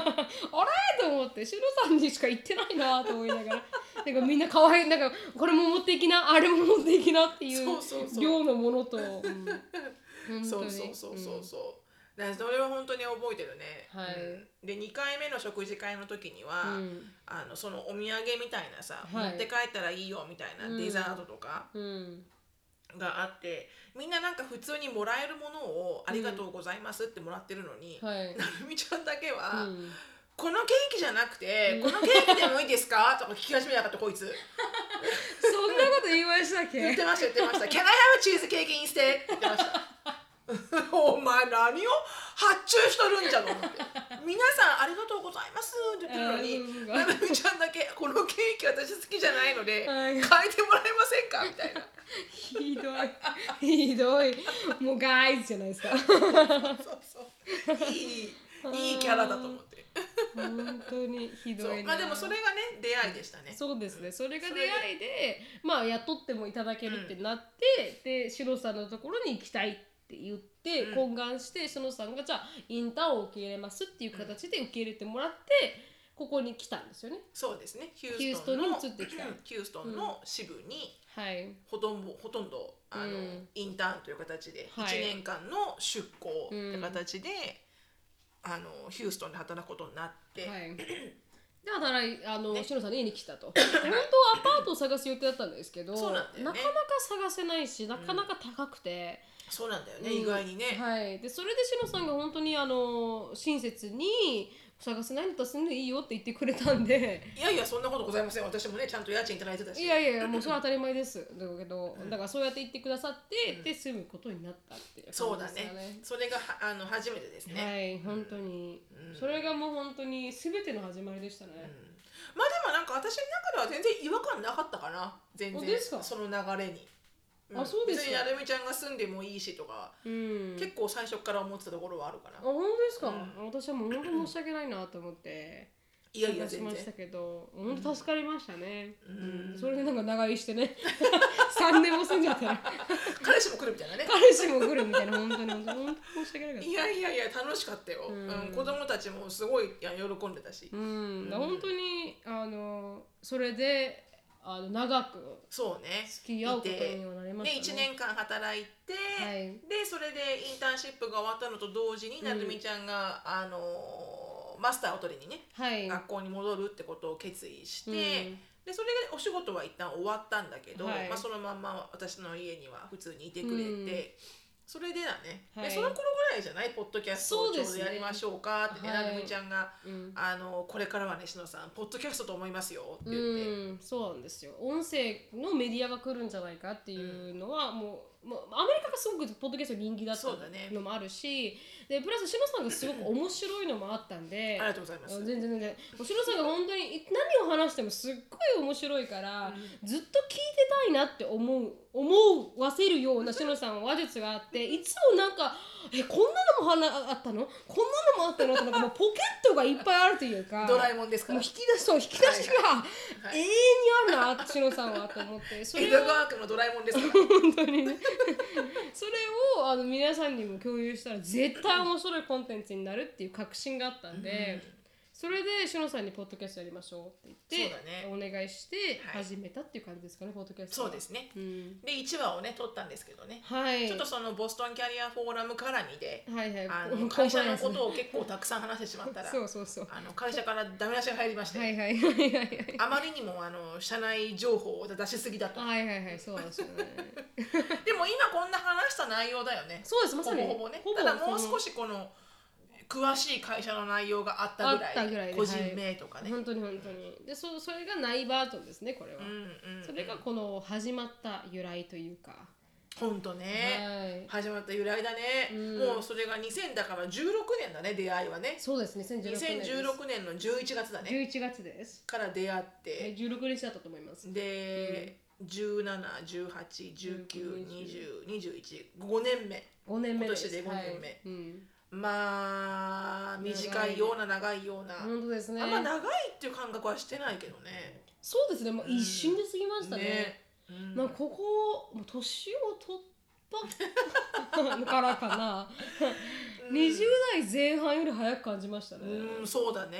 Speaker 1: と思って、シロさんにしか言ってないなと思いながら。なんかみんなかわいい、なんかこれも持っていきな、あれも持っていきなっていう
Speaker 2: そうそうそう
Speaker 1: 量のものと。うん本当に
Speaker 2: そうそうそうそうそうだからそれは本当に覚えてるね、
Speaker 1: はい
Speaker 2: うんで2回目の食事会の時に
Speaker 1: う
Speaker 2: は、
Speaker 1: ん
Speaker 2: あのそのお土産みたいなさ、
Speaker 1: はい
Speaker 2: 持って帰ったらいいよみたいなデザートとか
Speaker 1: うん
Speaker 2: があって、みんななんか普通にもらえるものを「ありがとうございます」ってもらってるのに、
Speaker 1: はい。
Speaker 2: なるみちゃんだけは、
Speaker 1: うん
Speaker 2: このケーキじゃなくて、このケーキでもいいですかとか聞き始めなかったこいつ
Speaker 1: そんなこと言いましたっ
Speaker 2: 言っ
Speaker 1: け
Speaker 2: てました言ってました「Can I have a cheesecake instead?」って言ってましたお前何を発注しとるんじゃと思って皆さんありがとうございますって言ってるのに、
Speaker 1: うん
Speaker 2: ななみちゃんだけこのケーキ私好きじゃないので
Speaker 1: は
Speaker 2: 変え
Speaker 1: い
Speaker 2: てもらえませんかみたいな
Speaker 1: ひどいひどいもうガイズじゃないですか
Speaker 2: そうそういいいいキャラだと思って
Speaker 1: 本当にひど
Speaker 2: そう
Speaker 1: い
Speaker 2: まあでもそれがね出会いでしたね
Speaker 1: そうですねそれが
Speaker 2: そ
Speaker 1: 出
Speaker 2: れで
Speaker 1: 会いでまあ雇ってもいただけるってなって、でシロさんのところに行きたいって言って、
Speaker 2: うん
Speaker 1: 懇願してシロさんがじゃあインターンを受け入れますっていう形で受け入れてもらってここに来たんですよね
Speaker 2: そうですねヒュ
Speaker 1: ヒュ
Speaker 2: ー
Speaker 1: ー
Speaker 2: ス
Speaker 1: ス
Speaker 2: ト
Speaker 1: ト
Speaker 2: ン
Speaker 1: ン
Speaker 2: の
Speaker 1: に移ってきた
Speaker 2: うんヒューストンの支部に
Speaker 1: はい
Speaker 2: ほとんどほとんどあの、
Speaker 1: うん
Speaker 2: インターンという形で1
Speaker 1: はい
Speaker 2: 年間の出向という形で、あのヒューストンで働くことになって、
Speaker 1: はいで働いあの、
Speaker 2: ね
Speaker 1: シロさんの家に来たと本当はアパートを探す予定だったんですけど
Speaker 2: そうなんだよね
Speaker 1: かなか探せないしなかなか高くて。
Speaker 2: そうなんだよね、
Speaker 1: うん
Speaker 2: 意外にね、
Speaker 1: はい、でそれでしのさんが本当にあの親切に探せないんだったら住んでいいよって言ってくれたんで
Speaker 2: い、やいやそんなことございません私もねちゃんと家賃いただいてたし
Speaker 1: いやいやいやもうそれは当たり前ですだけどだからそうやって言ってくださって、
Speaker 2: うん
Speaker 1: で住むことになったっていう
Speaker 2: そう
Speaker 1: 感
Speaker 2: だ
Speaker 1: じです
Speaker 2: ね
Speaker 1: か
Speaker 2: それがはあの初めてですね、
Speaker 1: はい本当に、
Speaker 2: うん
Speaker 1: それがもう本当に全ての始まりでしたね、
Speaker 2: うんまあでもなんか私の中では全然違和感なかったかな全然
Speaker 1: あですか
Speaker 2: その流れに、ん
Speaker 1: あそうですか
Speaker 2: 別になるみちゃんが住んでもいいしとか、
Speaker 1: うん
Speaker 2: 結構最初から思ってたところはあるかな
Speaker 1: あ本当ですか、
Speaker 2: う
Speaker 1: 私はもう本当申し訳ないなと思って
Speaker 2: いやいや
Speaker 1: 探し
Speaker 2: 全
Speaker 1: ま
Speaker 2: 然
Speaker 1: したけど本当助かりましたね、
Speaker 2: うん
Speaker 1: それでなんか長居してね 3年も住んじゃったら
Speaker 2: 彼氏も来るみたい なね
Speaker 1: 彼氏も来るみたいな本当に本当に申し訳なかっ
Speaker 2: いやいやいや楽しかったよ、う
Speaker 1: うんん
Speaker 2: 子供たちもすごいいや喜んでたし、
Speaker 1: た。うん、本当にあのそれであの長く
Speaker 2: そうね
Speaker 1: 付き合うことにはなりま
Speaker 2: で
Speaker 1: したね。
Speaker 2: 1年間働いて、
Speaker 1: はい
Speaker 2: でそれでインターンシップが終わったのと同時に
Speaker 1: うん
Speaker 2: なるみちゃんが、あのーマスターを取りにね
Speaker 1: はい。
Speaker 2: 学校に戻るってことを決意して、
Speaker 1: うん
Speaker 2: でそれでお仕事は一旦終わったんだけど、
Speaker 1: はい
Speaker 2: まあ、そのまんま私の家には普通にいてくれて、
Speaker 1: うん
Speaker 2: それでだね、
Speaker 1: は
Speaker 2: で
Speaker 1: い
Speaker 2: その頃ぐらいじゃないポッドキャスト
Speaker 1: そ
Speaker 2: を
Speaker 1: う
Speaker 2: ちょ
Speaker 1: で
Speaker 2: う
Speaker 1: す
Speaker 2: ど
Speaker 1: ね
Speaker 2: やりましょうかってね、
Speaker 1: はい
Speaker 2: なるみちゃんが
Speaker 1: うん
Speaker 2: あのこれからはねしのさんポッドキャストと思いますよって
Speaker 1: う
Speaker 2: 言って、
Speaker 1: ん、そうなんですよ音声のメディアが来るんじゃないかっていうのは、もうもうアメリカがすごくポッドキャスト人気だった
Speaker 2: そうだね
Speaker 1: のもあるし、でプラス志乃さんがすごく面白いのもあったんで
Speaker 2: ありがとうございます。
Speaker 1: 全然全然お城さんが本当にい何を話してもすっごい面白いから、ずっと聞いてたいなって思う思わせるような篠さんは話術があっていつもなんか「えこんなのもはなあったのこんなのもあったの?」ってなんかもうポケットがいっぱいあるというか
Speaker 2: ドラえもんですか
Speaker 1: も
Speaker 2: ら
Speaker 1: う引き出しそう引き出しが
Speaker 2: はい
Speaker 1: 永遠にあるな篠さんはと思ってそれ
Speaker 2: 江
Speaker 1: を
Speaker 2: 戸川区のドラえもんですから
Speaker 1: 本当にねそれをあの皆さんにも共有したら絶対面白いコンテンツになるっていう確信があったんで、それでしのさんに「ポッドキャストやりましょう」って言って
Speaker 2: そうだね
Speaker 1: お願いして
Speaker 2: はい
Speaker 1: 始めたっていう感じですかね、ポッドキャスト
Speaker 2: そ
Speaker 1: は
Speaker 2: うですね
Speaker 1: うん
Speaker 2: で1話をね撮ったんですけどね、
Speaker 1: はい
Speaker 2: ちょっとそのボストンキャリアフォーラム絡みで
Speaker 1: はいはい
Speaker 2: あ
Speaker 1: コ
Speaker 2: の
Speaker 1: ン
Speaker 2: 会
Speaker 1: コン
Speaker 2: 社
Speaker 1: プライア
Speaker 2: の
Speaker 1: ンスね
Speaker 2: ことを結構たくさん話してしまったら
Speaker 1: そうそうそう
Speaker 2: あの会社からダメ出しが入りまして、
Speaker 1: はいはいはいはいはい
Speaker 2: あまりにもあの社内情報を出しすぎだと
Speaker 1: はいはいはいそうなんですよね
Speaker 2: でも今こんな話した内容だよね
Speaker 1: そうですま
Speaker 2: ほ
Speaker 1: さに
Speaker 2: ぼほぼね
Speaker 1: ほぼ
Speaker 2: ただもう
Speaker 1: その
Speaker 2: 少しこの詳しい会社の内容があったぐらい
Speaker 1: あったぐらいで
Speaker 2: 個人名とかね、
Speaker 1: 本当に本当にでそそれがないバージョンですねこれは、
Speaker 2: うんうん
Speaker 1: それがこの始まった由来というか
Speaker 2: ほんとね、
Speaker 1: はい
Speaker 2: 始まった由来だね、
Speaker 1: うん
Speaker 2: もうそれが2000だから16年だね出会いはね
Speaker 1: そうです2016年です
Speaker 2: 2016年の11月だね
Speaker 1: 11月です
Speaker 2: から出会っ
Speaker 1: は
Speaker 2: て
Speaker 1: い16日だったと思います
Speaker 2: で、1718192021年目
Speaker 1: 5年目です
Speaker 2: 今年で五年目
Speaker 1: はいうん、
Speaker 2: まあ短いような長いような、
Speaker 1: 本当ですね
Speaker 2: あんま長いっていう感覚はしてないけどね。
Speaker 1: そうですねもう
Speaker 2: うん
Speaker 1: 一瞬で過ぎましたね,、
Speaker 2: うん
Speaker 1: なんかここもう年を取ったからかな、
Speaker 2: うん
Speaker 1: 20代前半より早く感じましたね、
Speaker 2: うんそうだね、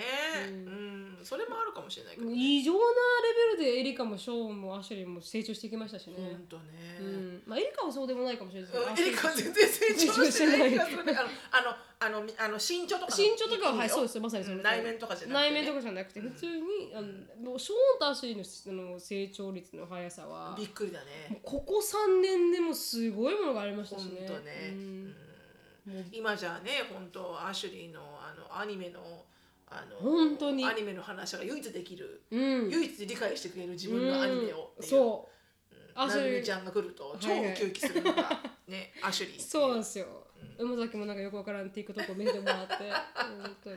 Speaker 2: う
Speaker 1: うん
Speaker 2: それもあるかもしれないけど、
Speaker 1: もう
Speaker 2: ね、
Speaker 1: 異常なレベルでエリカもショーンもアシュリーも成長してきましたしね、
Speaker 2: ほんとね、
Speaker 1: う
Speaker 2: うん
Speaker 1: んまあ、エリカはそうでもないかもしれないですけどアシュ
Speaker 2: エ
Speaker 1: リ
Speaker 2: リ
Speaker 1: ー
Speaker 2: カ全然成長してない気がするねあのあのあのあの身長とかの
Speaker 1: 身長とかははい
Speaker 2: いよ
Speaker 1: そうですまさにその通り
Speaker 2: 内面とかじゃなくて
Speaker 1: 内
Speaker 2: ね、
Speaker 1: 面とかじゃなくて普通に、あのもうショーンとアシュリーのしあの成長率の速さは
Speaker 2: びっくりだね
Speaker 1: ここ3年でもすごいものがありました
Speaker 2: ほ
Speaker 1: し
Speaker 2: ん
Speaker 1: ね。
Speaker 2: とね、
Speaker 1: う
Speaker 2: うん
Speaker 1: んもう
Speaker 2: 今じゃね本当アシュリーのあのアニメのあの
Speaker 1: 本当に
Speaker 2: アニメの話が唯一できる、
Speaker 1: うん、
Speaker 2: 唯一理解してくれる自分のアニメをっていう
Speaker 1: そう、ア
Speaker 2: な
Speaker 1: シュ
Speaker 2: る
Speaker 1: リ
Speaker 2: みち
Speaker 1: ー
Speaker 2: ゃんが来ると
Speaker 1: い
Speaker 2: 超ウキウキするのが、ね、アシュリーっていう
Speaker 1: そうなんですよ、山崎もなんかよくわからん TikTok を見てもらって本 当に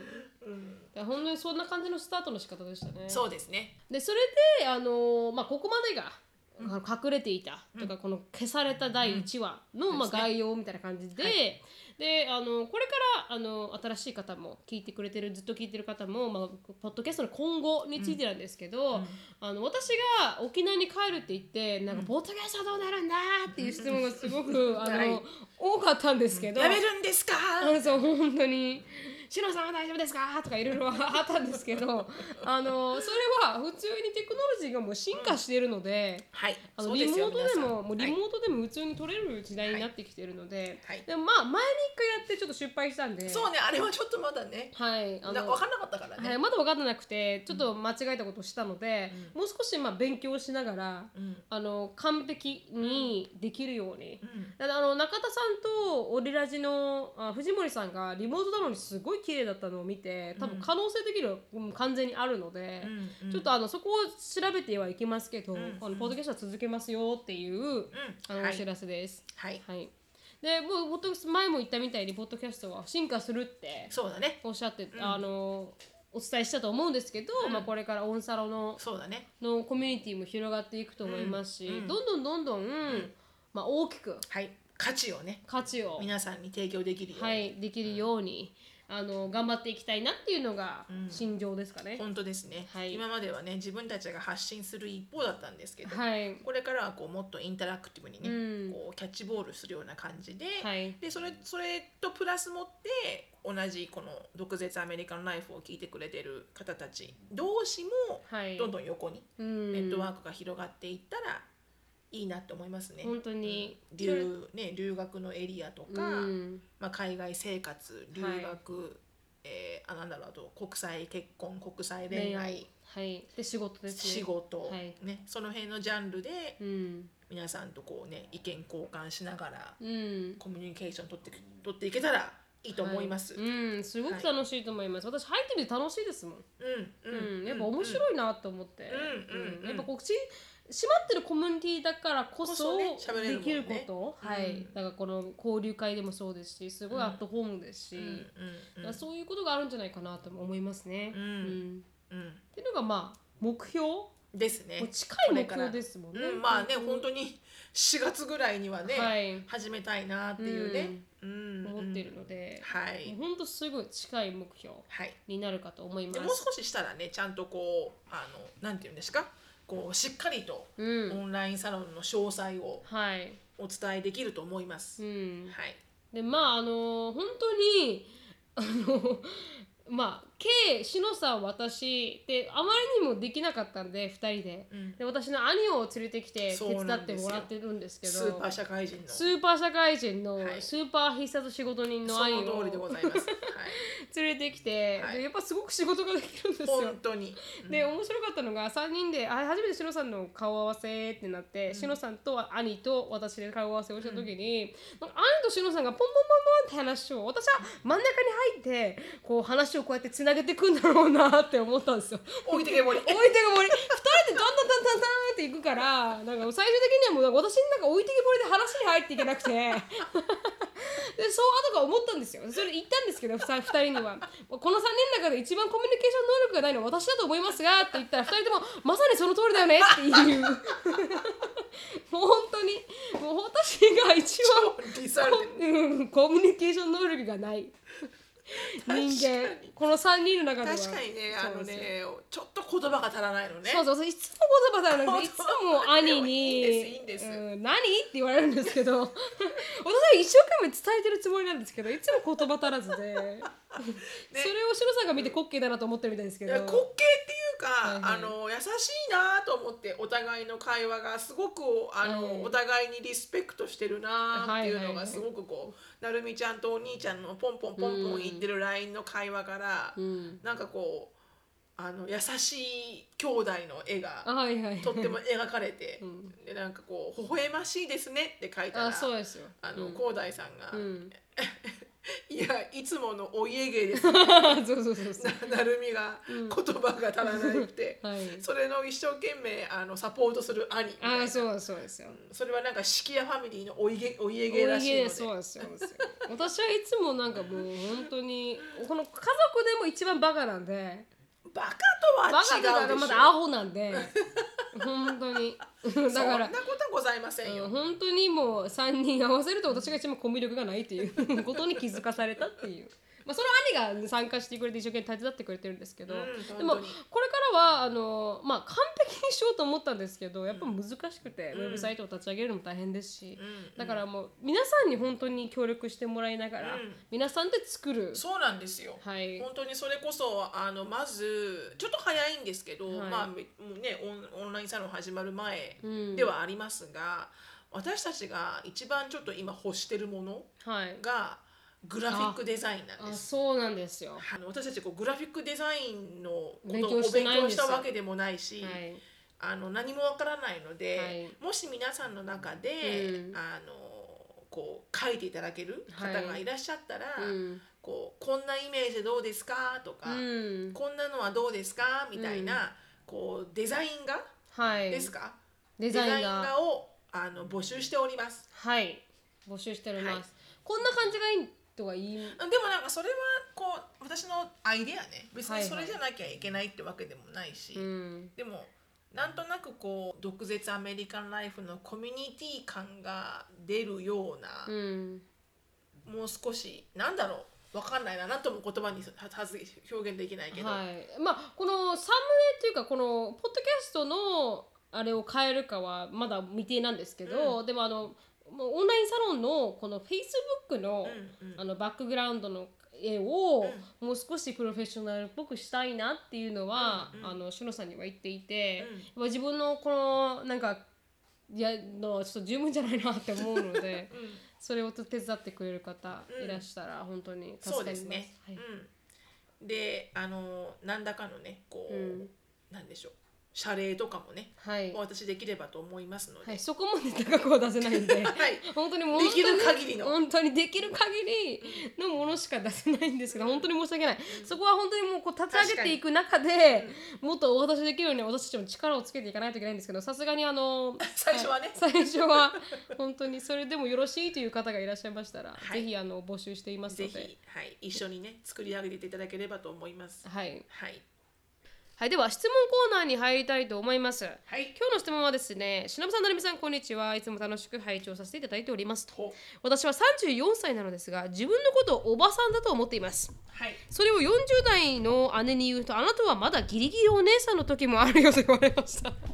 Speaker 1: だから本当にそんな感じのスタートの仕方でしたね
Speaker 2: そうですね
Speaker 1: でそれであのーまあここまでが、あの隠れていた、とかこの消された第1話の、まあ、概要みたいな感じで、であのこれからあの新しい方も聞いてくれてるずっと聞いてる方も、まあ、ポッドキャストの今後についてなんですけど、あの私が沖縄に帰るって言ってなんか、ポッドキャストどうなるんだっていう質問がすご くあの、
Speaker 2: はい
Speaker 1: 多かったんですけど。
Speaker 2: やめるんですか
Speaker 1: あのそう本当に「シノさんは大丈夫ですか?」とかいろい ろあったんですけどあのそれは普通にテクノロジーがもう進化しているので。
Speaker 2: はい
Speaker 1: あ
Speaker 2: そ
Speaker 1: の
Speaker 2: う
Speaker 1: リ
Speaker 2: す
Speaker 1: モー
Speaker 2: よ
Speaker 1: トで
Speaker 2: 皆さ
Speaker 1: も
Speaker 2: ん
Speaker 1: もう
Speaker 2: は
Speaker 1: リ
Speaker 2: い
Speaker 1: モートでも普通に取れる時代になってきているので,、
Speaker 2: はい
Speaker 1: でもまあ前に一回やってちょっと失敗したんで
Speaker 2: そうねあれはちょっとまだね
Speaker 1: はいあ
Speaker 2: な分かんなかったから
Speaker 1: はい、
Speaker 2: ね
Speaker 1: まだ分かってなくてちょっと間違えたことをしたので、もう少しまあ勉強しながら、
Speaker 2: うん
Speaker 1: あの完璧にできるように、
Speaker 2: うん
Speaker 1: だからあの中田さんとオリラジのあ藤森さんがリモートなのにすごい綺麗だったのを見て多分可能性的にはうん完全にあるので、
Speaker 2: うん
Speaker 1: ちょっとあのそこを調べてはいきますけど、
Speaker 2: ん
Speaker 1: あのポッドキャストは続けますよっていう、あの
Speaker 2: は
Speaker 1: お
Speaker 2: い
Speaker 1: 知らせです。
Speaker 2: はい
Speaker 1: はい、でもうポッドキャスト前も言ったみたいにポッドキャストは進化するって
Speaker 2: そうだね
Speaker 1: おっしゃって、あのお伝えしたと思うんですけど、まあ、これからオンサロの
Speaker 2: そうだね
Speaker 1: のコミュニティも広がっていくと思いますし、
Speaker 2: うんうん
Speaker 1: どんどんどんどん、まあ、大きく
Speaker 2: はい価値をね
Speaker 1: 価値を、
Speaker 2: 皆さんに提供できるように、
Speaker 1: はい、できるように、あの頑張っていきたいなっていうのが心情ですかね。
Speaker 2: 本当ですね、
Speaker 1: はい
Speaker 2: 今まではね自分たちが発信する一方だったんですけど、
Speaker 1: はい、
Speaker 2: これからはこうもっとインタラクティブにね、
Speaker 1: うん
Speaker 2: こうキャッチボールするような感じで,、
Speaker 1: はい
Speaker 2: でそれそれとプラスもって同じこの「毒舌アメリカンライフ」を聞いてくれてる方たち同士も
Speaker 1: はい、
Speaker 2: どんどん横に
Speaker 1: うん
Speaker 2: ネットワークが広がっていったらいいなと思いますね。
Speaker 1: 本当に、
Speaker 2: 留ね、留学のエリアと
Speaker 1: う
Speaker 2: か、
Speaker 1: ん、
Speaker 2: まあ、海外生活留学、えーあなんだろうあと国際結婚国際恋愛
Speaker 1: 恋愛はい、で仕事ですね。
Speaker 2: 仕事、
Speaker 1: はい
Speaker 2: ね、その辺のジャンルで
Speaker 1: うん、
Speaker 2: 皆さんとこうね意見交換しながら
Speaker 1: うん、
Speaker 2: コミュニケーション取って取っていけたらいいと思います。
Speaker 1: はいうん、すごく楽しいと思います。私入ってみて楽しいですもん。
Speaker 2: うん
Speaker 1: うん、やっぱ面白いなと思って、
Speaker 2: うんうんうん
Speaker 1: やっぱこっち閉まってるコミュニティだからこ
Speaker 2: こ
Speaker 1: そ
Speaker 2: そね喋れる
Speaker 1: で
Speaker 2: もんね
Speaker 1: きること、
Speaker 2: うん
Speaker 1: はい、だからこの交流会でもそうですし、すごいアットホームですし、
Speaker 2: うん
Speaker 1: だからそういうことがあるんじゃないかなとも思いますね。
Speaker 2: うん
Speaker 1: うん
Speaker 2: うんうん
Speaker 1: っていうのがまあ目標、も
Speaker 2: うんですね
Speaker 1: う。近い目標ですもんね。
Speaker 2: うん、まあね
Speaker 1: うん
Speaker 2: 本当に4月ぐらいにはね、
Speaker 1: はい
Speaker 2: 始めたいなっていうね、うん
Speaker 1: 思ってるので、
Speaker 2: はい
Speaker 1: もう本当すごい近い目標
Speaker 2: はい。
Speaker 1: になるかと思いま
Speaker 2: でもう
Speaker 1: す。
Speaker 2: 少ししたらねちゃんとこうあのなんていうんですかこうしっかりと
Speaker 1: うん
Speaker 2: オンラインサロンの詳細を
Speaker 1: はい、
Speaker 2: お伝えできると思います。
Speaker 1: う
Speaker 2: は
Speaker 1: ん、
Speaker 2: い、
Speaker 1: でまああの本当に あのまあ K しのさん私であまりにもできなかったんで2人で
Speaker 2: うん
Speaker 1: で私の兄を連れてきて
Speaker 2: そ
Speaker 1: 手
Speaker 2: う
Speaker 1: 伝
Speaker 2: な
Speaker 1: っ
Speaker 2: ん
Speaker 1: て
Speaker 2: ですよ
Speaker 1: もらってるんですけど
Speaker 2: スーパー社会人の
Speaker 1: スーパー社会人の
Speaker 2: はい
Speaker 1: スーパー必殺仕事人の
Speaker 2: そ
Speaker 1: 兄
Speaker 2: の
Speaker 1: を
Speaker 2: 通りでございます。はい、
Speaker 1: 連れてきて、
Speaker 2: はい
Speaker 1: でやっぱすごく仕事ができるん ですよ
Speaker 2: 本。当に。
Speaker 1: で面白かったのが3人であ初めてしのさんの顔合わせってなって、しのさんと兄と私で顔合わせをした時に、なんか兄としのさんがポンポンポンポンって話を私は真ん中に入ってこう話をこうやってつなげていくんだろうなって思ったんですよ。
Speaker 2: 置いて けぼり。
Speaker 1: 置いてけぼり2人でどんどんどんどんどんっていくからなんか最終的にはもう私の中置いてけぼりで話に入っていけなくてでそうあとか思ったんですよそれ言ったんですけど 2, 二人には「この3人の中で一番コミュニケーション能力がないのは私だと思いますが」って言ったら2人とも「まさにその通りだよね」っていうもう本当にもう私が一番
Speaker 2: リサルで
Speaker 1: うんコミュニケーション能力がない人間この3人の中では
Speaker 2: 確かにねあ
Speaker 1: そう
Speaker 2: の
Speaker 1: ですよ
Speaker 2: ねちょっと言葉が足らないのね。
Speaker 1: そうそうそういつも言葉だよねいつも兄に
Speaker 2: いいんですいいんです
Speaker 1: うん、何って言われるんですけど 私は一生懸命伝えてるつもりなんですけどいつも言葉足 らずで、それをシロさんが見て滑稽だなと思ってるみたいですけ
Speaker 2: い
Speaker 1: ど
Speaker 2: や滑稽っていうか、
Speaker 1: はいはい
Speaker 2: あの優しいなと思ってお互いの会話がすごくあの、
Speaker 1: はい
Speaker 2: お互いにリスペクトしてるなっていう
Speaker 1: はいは
Speaker 2: の
Speaker 1: いは
Speaker 2: が
Speaker 1: い
Speaker 2: すごくこう、なるみちゃんとお兄ちゃんのポンポンポンポン言ってる LINE の会話から、
Speaker 1: うん、
Speaker 2: なんかこうあの優しい兄弟の絵
Speaker 1: あ
Speaker 2: が
Speaker 1: はいはい
Speaker 2: とっても描かれ て、
Speaker 1: ん
Speaker 2: でなんかこう「微笑ましいですね」って書いたら
Speaker 1: あそうですよ
Speaker 2: あの
Speaker 1: うん
Speaker 2: 広大さんが「
Speaker 1: うん、
Speaker 2: いやいつものお家芸ですね」
Speaker 1: そうそうそうそう
Speaker 2: ななるみが言葉が足らなくて、
Speaker 1: はい
Speaker 2: それの一生懸命あのサポートする兄みたいな
Speaker 1: あそうそうですよ
Speaker 2: それはなんか式屋ファミリーのお家お家
Speaker 1: お家
Speaker 2: 芸らしいので
Speaker 1: でそうですよそうですよ私はいつもなんかもう本当にこの家族でも一番バカなんで
Speaker 2: バカ
Speaker 1: バ
Speaker 2: とは
Speaker 1: カ
Speaker 2: 違
Speaker 1: とかが
Speaker 2: うでしょ
Speaker 1: まだアホなん で本当にだから
Speaker 2: そんなことはございませんよ、
Speaker 1: うん本当にもう3人合わせると私が一番コミュ力がないっていうことに気づかされたって いう。まあ、その兄が参加してくれて一生懸命手伝ってくれてるんですけど、
Speaker 2: うん
Speaker 1: でも
Speaker 2: 本当に
Speaker 1: これからはあの、まあ、完璧にしようと思ったんですけどやっぱ難しくて、
Speaker 2: うん
Speaker 1: ウェブサイトを立ち上げるのも大変ですし、
Speaker 2: うん
Speaker 1: だからもう皆さんに本当に協力してもらいながら、
Speaker 2: うん
Speaker 1: 皆さんで作る
Speaker 2: そうなんですよ、
Speaker 1: はい
Speaker 2: 本当にそれこそあのまずちょっと早いんですけど、
Speaker 1: はい
Speaker 2: まあめもうねオンオンラインサロン始まる前
Speaker 1: うん
Speaker 2: ではありますが、私たちが一番ちょっと今欲してるもの
Speaker 1: はい
Speaker 2: がグラフィックデザインなん
Speaker 1: あ
Speaker 2: です。
Speaker 1: そうなんですよは
Speaker 2: あの私たちこうグラフィックデザインのこと
Speaker 1: 勉
Speaker 2: を
Speaker 1: 強
Speaker 2: お
Speaker 1: して
Speaker 2: 勉
Speaker 1: ないん
Speaker 2: 強
Speaker 1: で
Speaker 2: し
Speaker 1: すよ
Speaker 2: たわけでもないし
Speaker 1: い
Speaker 2: あの何もわからないので、
Speaker 1: はい
Speaker 2: もし皆さんの中で、
Speaker 1: うん
Speaker 2: あのこう書いていただける方がいらっしゃったら、
Speaker 1: うん
Speaker 2: こうこんなイメージでどうですかとか、
Speaker 1: うん
Speaker 2: こんなのはどうですかみたいな、
Speaker 1: うん
Speaker 2: こうデザイン画
Speaker 1: はい
Speaker 2: ですか、
Speaker 1: デ
Speaker 2: デザ
Speaker 1: ザ
Speaker 2: イン
Speaker 1: インが
Speaker 2: 画をあの募集しております
Speaker 1: はい募集しております、
Speaker 2: はい
Speaker 1: こんな感じがいいとは言い
Speaker 2: でもなんかそれはこう私のアイデアね別
Speaker 1: はい
Speaker 2: に
Speaker 1: はい
Speaker 2: それじゃなきゃいけないってわけでもないし、
Speaker 1: うん
Speaker 2: でもなんとなくこう毒舌アメリカンライフのコミュニティ感が出るような
Speaker 1: う、ん
Speaker 2: もう少しなんだろうわかんないななんとも言葉にははず表現できないけど、
Speaker 1: はいまあこのサムネというかこのポッドキャストのあれを変えるかはまだ未定なんですけど、でもあのもうオンラインサロンのこのフェイスブックの,、
Speaker 2: うんうん
Speaker 1: あのバックグラウンドの絵を
Speaker 2: う
Speaker 1: もう少しプロフェッショナルっぽくしたいなっていうのは、
Speaker 2: うんうん
Speaker 1: あのしのさんには言っていて、まあ自分のこのなんかいやのちょっと十分じゃないなって思うので。
Speaker 2: うん
Speaker 1: それを手伝ってくれる方
Speaker 2: うん
Speaker 1: いらしたら本当に助
Speaker 2: そ
Speaker 1: か
Speaker 2: うで
Speaker 1: り
Speaker 2: す
Speaker 1: ます。
Speaker 2: ね。
Speaker 1: はい
Speaker 2: うん、であの何らかのねこう、
Speaker 1: うん
Speaker 2: なんでしょう謝礼とかもね、
Speaker 1: はい
Speaker 2: お。渡しできればと思いますので、
Speaker 1: はい、そこまで高くは出せないん で、
Speaker 2: はい
Speaker 1: 本当にもう
Speaker 2: できる限りの
Speaker 1: 本当にできる限りのものしか出せないんですが、本当に申し訳ない。そこは本当にもうこう立ち上げていく中で、もっとお渡しできるように私たちも力をつけていかないといけないんですけど、さすがにあの
Speaker 2: 最初はね
Speaker 1: い最初は本当にそれでもよろしいという方がいらっしゃいましたら、
Speaker 2: はい
Speaker 1: ぜひあの募集しています
Speaker 2: ぜ
Speaker 1: の
Speaker 2: ひ、
Speaker 1: で、
Speaker 2: はい、一緒にね作り上げていただければと思います。
Speaker 1: はい。
Speaker 2: はい、
Speaker 1: はい、では質問コーナーに入りたいと思います。
Speaker 2: はい、
Speaker 1: 今日の質問はですね、しのぶさん、なるみさん、こんにちは。いつも楽しく拝聴させていただいておりますと。
Speaker 2: と
Speaker 1: 私は34歳なのですが、自分のことをおばさんだと思っています。
Speaker 2: はい、
Speaker 1: それを40代の姉に言うと、あなたはまだギリギリお姉さんの時もあるよと言われました。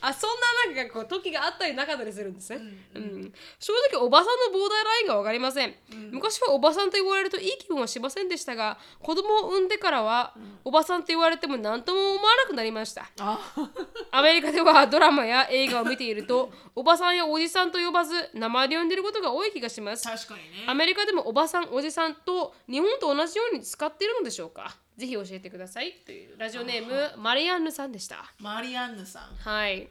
Speaker 1: あそんななんかこう時があったりなかったりするんですね、うん正直おばさんのボーダーラインが分かりません、昔はおばさんと言われるといい気分はしませんでしたが子供を産んでからは、おばさんと言われても何とも思わなくなりました
Speaker 2: あ、
Speaker 1: アメリカではドラマや映画を見ているとおばさんやおじさんと呼ばず名前で呼んでいることが多い気がします
Speaker 2: 確かに
Speaker 1: ア
Speaker 2: ね。
Speaker 1: メリカでもおばさんおじさんと日本と同じように使っているのでしょうかぜひ教えてくださいというラジオネームマリアンヌさんでした
Speaker 2: マリアンヌさん、
Speaker 1: はい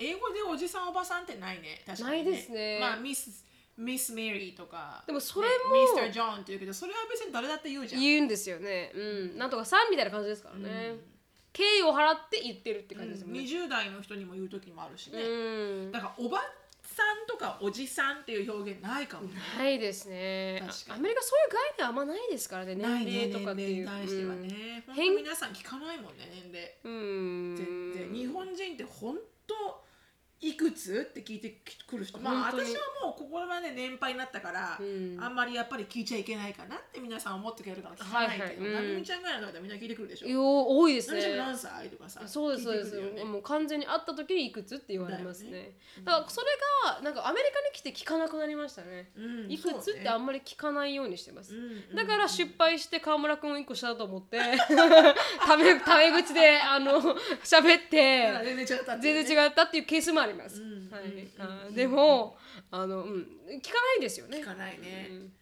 Speaker 2: 英語でおじさんおばさんってないね。確かに、ね。
Speaker 1: ないですね
Speaker 2: まあミスミスメリーとか、
Speaker 1: でもそれも
Speaker 2: ね、ミスタージョンって言うけど、それは別に誰だって言うじゃん。
Speaker 1: 言うんですよねうんなんとかさんみたいな感じですからね敬意を払って言ってるって感じですもんね
Speaker 2: 20代の人にも言う時もあるしね、
Speaker 1: うん
Speaker 2: だからおばさんとかおじさんっていう表現ないかもね
Speaker 1: ないですね
Speaker 2: 確
Speaker 1: あ
Speaker 2: かに
Speaker 1: アメリカそういう概念あんまないですからね
Speaker 2: ないね
Speaker 1: 年齢とかっていう
Speaker 2: 年齢に対してはね、
Speaker 1: ん
Speaker 2: 本当に皆さん聞かないもんね年齢
Speaker 1: うんうん
Speaker 2: 全然日本人って本当いくつって聞いてくる人まあ
Speaker 1: 本当に
Speaker 2: 私はもうここまで年配になったから、
Speaker 1: うん
Speaker 2: あんまりやっぱり聞いちゃいけないかなって皆さん思ってくれるから聞かないけど、
Speaker 1: はいはいうん
Speaker 2: なるみちゃんぐらいの方はみんな聞いてくるでしょ
Speaker 1: よ多いです
Speaker 2: な
Speaker 1: ね
Speaker 2: るみちゃんも何歳とかさ
Speaker 1: そうですそうです、
Speaker 2: 聞いてくるよね
Speaker 1: もう完全に会った時にいくつって言われますね
Speaker 2: だよ
Speaker 1: だからそれがなんかアメリカに来て聞かなくなりましたね、
Speaker 2: うん
Speaker 1: いくつってあんまり聞かないようにしてます、
Speaker 2: そうねうんうん
Speaker 1: だから失敗して川村君を1個したと思って タメタメ口であの喋って
Speaker 2: 全然違ったっていうね
Speaker 1: 全然違ったっていうケースもあります、
Speaker 2: うん
Speaker 1: はい
Speaker 2: うん
Speaker 1: あーでもあの、うん、聞かないんですよね
Speaker 2: 聞かないね、
Speaker 1: うん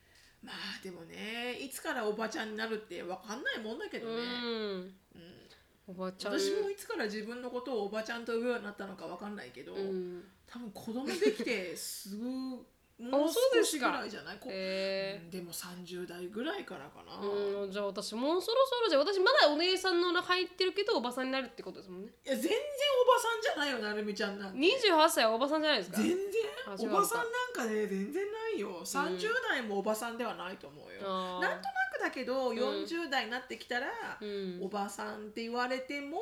Speaker 2: まあでもねいつからおばちゃんになるってわかんないもんだけどね、
Speaker 1: うん
Speaker 2: うん
Speaker 1: おばちゃん
Speaker 2: 私もいつから自分のことをおばちゃんと呼ぶようになったのかわかんないけど、
Speaker 1: うん
Speaker 2: 多分子供できてすぐも
Speaker 1: そ
Speaker 2: う
Speaker 1: う
Speaker 2: 少
Speaker 1: です
Speaker 2: しぐ
Speaker 1: から
Speaker 2: いじゃないこう
Speaker 1: え
Speaker 2: でも30代ぐらいからかな、い
Speaker 1: うん、じゃあ私もうそろそろじゃあ私まだお姉さんの入ってるけどおばさんになるってことですもんね
Speaker 2: や全然おばさんじゃないよなるみちゃんなんて
Speaker 1: 28歳はおばさんじゃないですか
Speaker 2: 全然
Speaker 1: あ違
Speaker 2: お
Speaker 1: う
Speaker 2: ばさんなんかね全然ないよ30代もおばさんではないと思うよ、
Speaker 1: あー
Speaker 2: なんとなくだけど40代になってきたら、
Speaker 1: うん
Speaker 2: おばさんって言われても、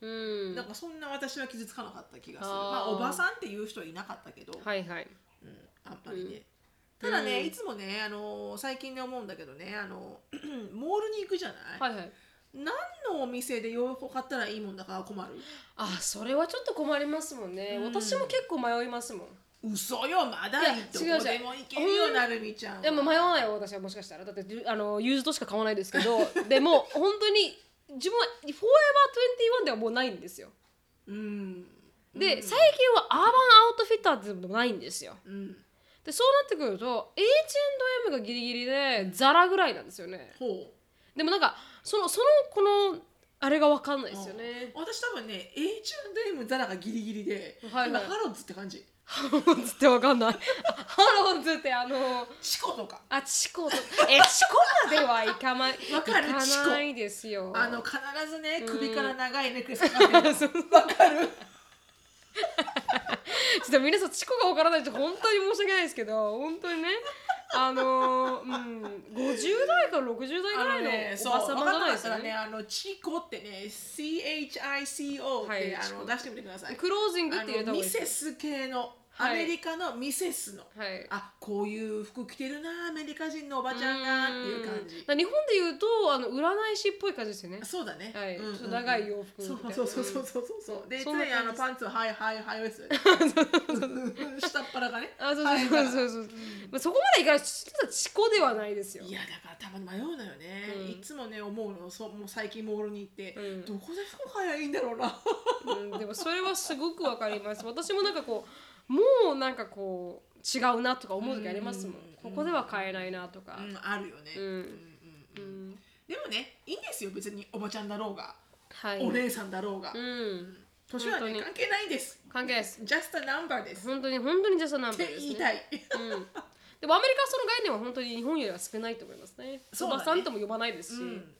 Speaker 1: うん
Speaker 2: なんかそんな私は傷つかなかった気がする
Speaker 1: あー
Speaker 2: まあおばさんっていう人いなかったけど、
Speaker 1: はいはい
Speaker 2: うん、あんまりね、ただね、
Speaker 1: うん
Speaker 2: いつもね、あのー最近ね思うんだけどね、あの ーモールに行くじゃない、
Speaker 1: はいはい
Speaker 2: 何のお店で洋服買ったらいいもんだから困る
Speaker 1: あそれはちょっと困りますもんね、
Speaker 2: うん
Speaker 1: 私も結構迷いますもん
Speaker 2: 嘘よまだいいとこ
Speaker 1: いや違う違う
Speaker 2: でも行けるよなるみちゃんは
Speaker 1: でも迷わないよ私はもしかしたらだってあのユーズドしか買わないですけど でも本当に自分は「フォーエバー21」ではもうないんですよ
Speaker 2: うん
Speaker 1: で、
Speaker 2: うん
Speaker 1: 最近はアーバンアウトフィッターズでもないんですよ
Speaker 2: うん
Speaker 1: でそうなってくると H&M がギリギリでザラぐらいなんですよね
Speaker 2: ほう
Speaker 1: でもなんかそのそのこのあれが分かんないですよね
Speaker 2: うん私多分ね H&M ザラがギリギリで、
Speaker 1: はいはい
Speaker 2: 今ハロッズって感じ
Speaker 1: ハロンズって分かんないハロンズってあの
Speaker 2: チコとか
Speaker 1: あチコとえチコまではいかない
Speaker 2: わかる
Speaker 1: いかないですよ
Speaker 2: あの必ずね
Speaker 1: うん
Speaker 2: 首から長いネックレスかかってるのわかる
Speaker 1: ちょっと皆さんチコが分からないと本当に申し訳ないですけど本当にねあのーうん50代から60代ぐらいのおばさまじゃないです
Speaker 2: わ
Speaker 1: よ
Speaker 2: かんなかったらね
Speaker 1: ね
Speaker 2: あのチコってね CHICO って、
Speaker 1: はい
Speaker 2: あ
Speaker 1: チコ
Speaker 2: の出してみてください
Speaker 1: クロージングって入れ
Speaker 2: あ
Speaker 1: た
Speaker 2: の
Speaker 1: 方が
Speaker 2: ミ
Speaker 1: いいです
Speaker 2: セス系のア
Speaker 1: はい
Speaker 2: メリカのミセスの、
Speaker 1: はい
Speaker 2: あこういう服着てるなアメリカ人のおばちゃんがっていう感
Speaker 1: うん
Speaker 2: じ
Speaker 1: だから日本で言うとあの占い師っぽい感じですよね
Speaker 2: そうだね、
Speaker 1: はい
Speaker 2: うんうんうん
Speaker 1: ちょっと長い洋服み
Speaker 2: そう
Speaker 1: たいな
Speaker 2: そうそうそうそうそう、
Speaker 1: うん
Speaker 2: で
Speaker 1: そ
Speaker 2: 常
Speaker 1: んな
Speaker 2: にあの
Speaker 1: 感
Speaker 2: パンツはハイハイハイウエ スト下っ腹がね
Speaker 1: あそう
Speaker 2: はい
Speaker 1: そうそうそうそう、まあ、そこまでいかないちょっとチコではないですよ
Speaker 2: いやだからたまに迷うのよね、
Speaker 1: うん
Speaker 2: いつもね思うのそうもう最近モールに行って、
Speaker 1: うん
Speaker 2: どこで服買えばいいんだろうな
Speaker 1: うん、でもそれはすごくわかります私もなんかこうもうなんかこう違うなとか思う時ありますもん、
Speaker 2: うん
Speaker 1: ここでは買えないなとか、
Speaker 2: うん あるよね、
Speaker 1: うん
Speaker 2: うん
Speaker 1: う
Speaker 2: うんうん
Speaker 1: ん
Speaker 2: でもねいいんですよ別におばちゃんだろうが、
Speaker 1: はい
Speaker 2: お姉さんだろうが、
Speaker 1: うん
Speaker 2: 年は
Speaker 1: 本当
Speaker 2: ね
Speaker 1: に
Speaker 2: 関係ないです
Speaker 1: 関係ないです
Speaker 2: just a number ですっ
Speaker 1: 本当に本当にジャストナンバーで
Speaker 2: て
Speaker 1: す、ね、
Speaker 2: 言いたい
Speaker 1: うん、でもアメリカはその概念は本当に日本よりは少ないと思いますね
Speaker 2: そう
Speaker 1: お
Speaker 2: だね
Speaker 1: ばさんとも呼ばないで
Speaker 2: うん
Speaker 1: すし、
Speaker 2: アメリカにいる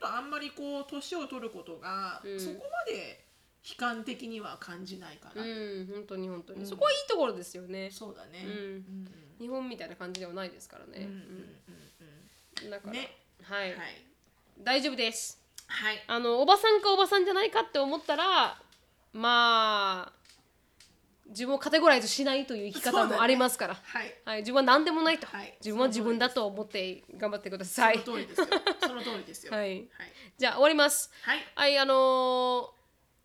Speaker 2: とあんまりこう年を取ることが、
Speaker 1: うん
Speaker 2: そこまで悲観的には感じないか
Speaker 1: う
Speaker 2: ら、
Speaker 1: ん本当に本当に、
Speaker 2: うん
Speaker 1: そこはいいところですよね
Speaker 2: そうだね
Speaker 1: うん日本みたいな感じではないですから
Speaker 2: うんうん
Speaker 1: ね
Speaker 2: うん、
Speaker 1: だか
Speaker 2: う
Speaker 1: ら、
Speaker 2: んね
Speaker 1: はい、
Speaker 2: はい
Speaker 1: 大丈夫です
Speaker 2: はい
Speaker 1: あのおばさんかおばさんじゃないかって思ったらまあ自分をカテゴライズしないという生き
Speaker 2: そ
Speaker 1: 方
Speaker 2: うだ
Speaker 1: も
Speaker 2: ね
Speaker 1: ありますから、
Speaker 2: はい
Speaker 1: はい、自分は何でもないと、
Speaker 2: はい
Speaker 1: 自分は自分だと思って頑張ってください
Speaker 2: その通りですよその通りですよ
Speaker 1: は
Speaker 2: はいい
Speaker 1: じゃあ終わります
Speaker 2: はい
Speaker 1: はいあのー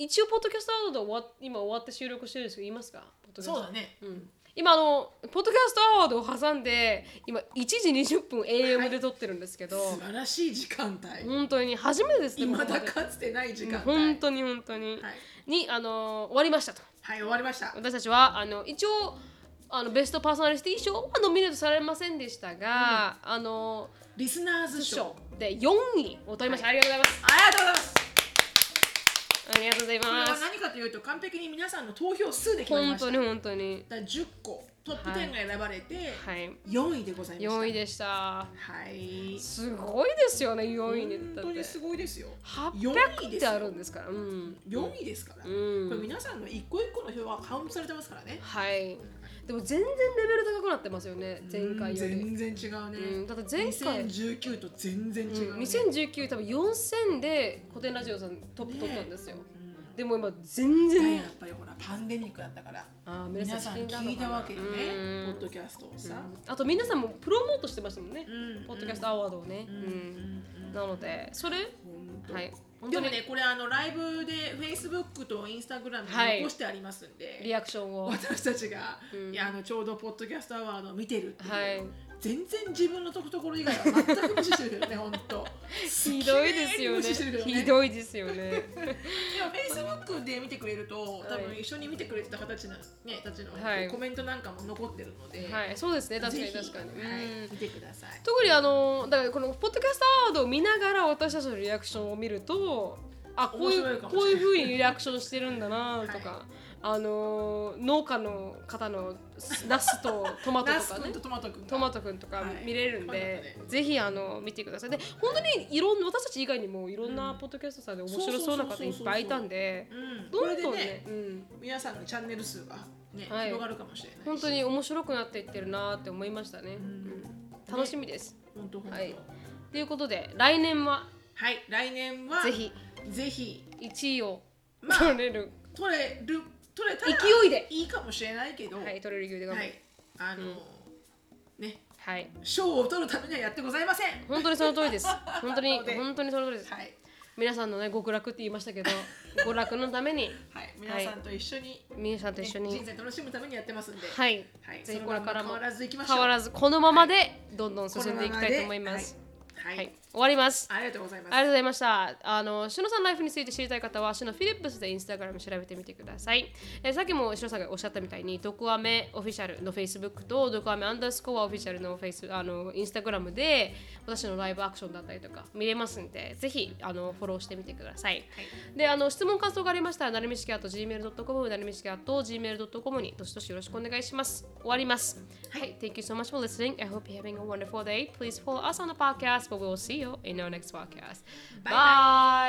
Speaker 1: 一応ポッドキャストアワードで終わ今終わって収録してるんですけど言いますかポッドキャスト
Speaker 2: そうだね
Speaker 1: うん今あのポッドキャストアワードを挟んで今1時20分 AM で撮ってるんですけど、
Speaker 2: 素晴らしい時間帯
Speaker 1: 本当に初めてですね
Speaker 2: 未
Speaker 1: ここま
Speaker 2: だ
Speaker 1: で
Speaker 2: かつてない時間帯
Speaker 1: 本当に本当に、
Speaker 2: はい
Speaker 1: にあの終わりましたと
Speaker 2: はい終わりました
Speaker 1: 私たちはあの一応あのベストパーソナリティ賞はノミネートされませんでしたが、あの
Speaker 2: リスナーズショー
Speaker 1: 賞で4位を取りました、ありがとうございます
Speaker 2: ありがとうございます
Speaker 1: ありがとうござい
Speaker 2: これ
Speaker 1: ま
Speaker 2: は
Speaker 1: す
Speaker 2: 何かというと完璧に皆さんの投票数で決まり
Speaker 1: 本
Speaker 2: ました
Speaker 1: 当に本当に
Speaker 2: だから10個トップ
Speaker 1: はい
Speaker 2: 10が選ばれて、
Speaker 1: はい
Speaker 2: 4位でございました
Speaker 1: 4位でした
Speaker 2: はい
Speaker 1: すごいですよね4位にだ
Speaker 2: 本
Speaker 1: っ
Speaker 2: 当
Speaker 1: て
Speaker 2: にすごいですよ
Speaker 1: 800ってあるん
Speaker 2: で
Speaker 1: ですからうん
Speaker 2: 4位ですから、
Speaker 1: うん
Speaker 2: これ皆さんの一個一個の票がカウントされてますからね
Speaker 1: はいでも全然レベル高くなってますよね前回より、
Speaker 2: うん全然違うね、
Speaker 1: うん、だって前回
Speaker 2: 2019と全然違う、ね
Speaker 1: 2019多分4000で古典ラジオさんトップ取ったんですよ、
Speaker 2: うん
Speaker 1: でも今全
Speaker 2: だから
Speaker 1: 然
Speaker 2: やっぱりほらパンデミックだったから
Speaker 1: あー
Speaker 2: 皆さん聞いたわけよね
Speaker 1: うん
Speaker 2: ポッドキャストをさ、
Speaker 1: あと皆さんもプロモートしてましたもんね、
Speaker 2: うん
Speaker 1: ポッドキャストアワードをね、う
Speaker 2: うんんうん
Speaker 1: なのでそれ
Speaker 2: 本当
Speaker 1: はい本
Speaker 2: で
Speaker 1: 当
Speaker 2: も
Speaker 1: に
Speaker 2: ねこれあのライブで Facebook と Instagram
Speaker 1: はい
Speaker 2: に残してありますんで、
Speaker 1: リアクショ ンを
Speaker 2: 私たちが、
Speaker 1: うん
Speaker 2: いやあのちょうどポッドキャストアワードを見てるっていう、
Speaker 1: はい
Speaker 2: 全然自分のところ以外は全く無視してるけど ね本当
Speaker 1: ひどいですよ
Speaker 2: 綺麗に無視してるけ
Speaker 1: ね
Speaker 2: どね
Speaker 1: ひどいですよね
Speaker 2: でも Facebook で見てくれると多
Speaker 1: は
Speaker 2: 分
Speaker 1: い
Speaker 2: 一緒に見てくれてた形の、ね、たちの、
Speaker 1: はい
Speaker 2: コメントなんかも残ってるので、
Speaker 1: はいそうですね確か
Speaker 2: ぜ
Speaker 1: に
Speaker 2: ひ
Speaker 1: 確かに、
Speaker 2: は
Speaker 1: う
Speaker 2: い、
Speaker 1: ん
Speaker 2: 見てください
Speaker 1: 特にあのだからこのポッドキャストアワードを見ながら私たちのリアクションを見るとあこうい
Speaker 2: 面白
Speaker 1: う
Speaker 2: いかもし
Speaker 1: こう
Speaker 2: れ
Speaker 1: いう
Speaker 2: ない
Speaker 1: 風にリアクションしてるんだなとか、あのー農家の方のナスとトマト
Speaker 2: ナ
Speaker 1: と
Speaker 2: ス
Speaker 1: かね
Speaker 2: 君とトマト君が
Speaker 1: トマトくんとか
Speaker 2: はい
Speaker 1: 見れるんで、
Speaker 2: 可愛かったね
Speaker 1: ぜひあの見てくださいで本当にいろんな私たち以外にもいろん
Speaker 2: う
Speaker 1: なんポッドキャストさんで面白そうな方いっぱいいたんで
Speaker 2: うん
Speaker 1: ど
Speaker 2: こ
Speaker 1: ん
Speaker 2: れで
Speaker 1: どんね
Speaker 2: ね
Speaker 1: うん、
Speaker 2: 皆さんのチャンネル数がね
Speaker 1: はい
Speaker 2: 広がるかもしれないし
Speaker 1: 本当に面白くなっていってるなって思いましたね、
Speaker 2: うん
Speaker 1: うん楽しみです、
Speaker 2: 本当本当
Speaker 1: はいということで来年は
Speaker 2: はい来年は
Speaker 1: ぜひ
Speaker 2: ぜひ
Speaker 1: 1位を
Speaker 2: まあ
Speaker 1: 取れる、
Speaker 2: 取れる取れたら
Speaker 1: 勢いで
Speaker 2: いいかもしれないけど
Speaker 1: はい取れる牛で頑張
Speaker 2: は
Speaker 1: る
Speaker 2: いあのね
Speaker 1: はい
Speaker 2: 賞を取るためにはやってございません
Speaker 1: 本当にその通 りです本当に
Speaker 2: なので
Speaker 1: 本当にその通りです
Speaker 2: はい
Speaker 1: 皆さんのね極楽って言いました けど娯楽のために
Speaker 2: はい皆さんと一緒に
Speaker 1: 皆さんと
Speaker 2: ね
Speaker 1: 一緒
Speaker 2: 人
Speaker 1: に
Speaker 2: 生楽しむためにやってますんでは
Speaker 1: はい
Speaker 2: い
Speaker 1: ぜひ
Speaker 2: その
Speaker 1: これからも
Speaker 2: まま変わらずいきましょう
Speaker 1: 変わらずこのままでどんどん進んでいきたいと思います。
Speaker 2: は
Speaker 1: はいい、
Speaker 2: はい
Speaker 1: 終わります。
Speaker 2: ありがとうございま
Speaker 1: あり
Speaker 2: す
Speaker 1: がとうございました。あの、しのさんライフについて知りたい方は、しのフィリップスでインスタグラム調べてみてください。えーさっきもしのさんがおっしゃったみたいに、ドクアメオフィシャルの Facebook と、ドクアメアンダースコアオフィシャルのフェイスあのインスタグラムで、私のライブアクションだったりとか見れますんで、ぜひあのフォローしてみてください。で、あの、質問、感想がありましたら、なるみしきあと gmail.com、なるみしきあと gmail.com に、どしどしよろしくお願いします。終わります。はい、Thank you so much for listening. I hope you're having a wonderful day. Please follow us on the podcast, but we'll see you in our next podcast. Bye.
Speaker 2: Bye-bye.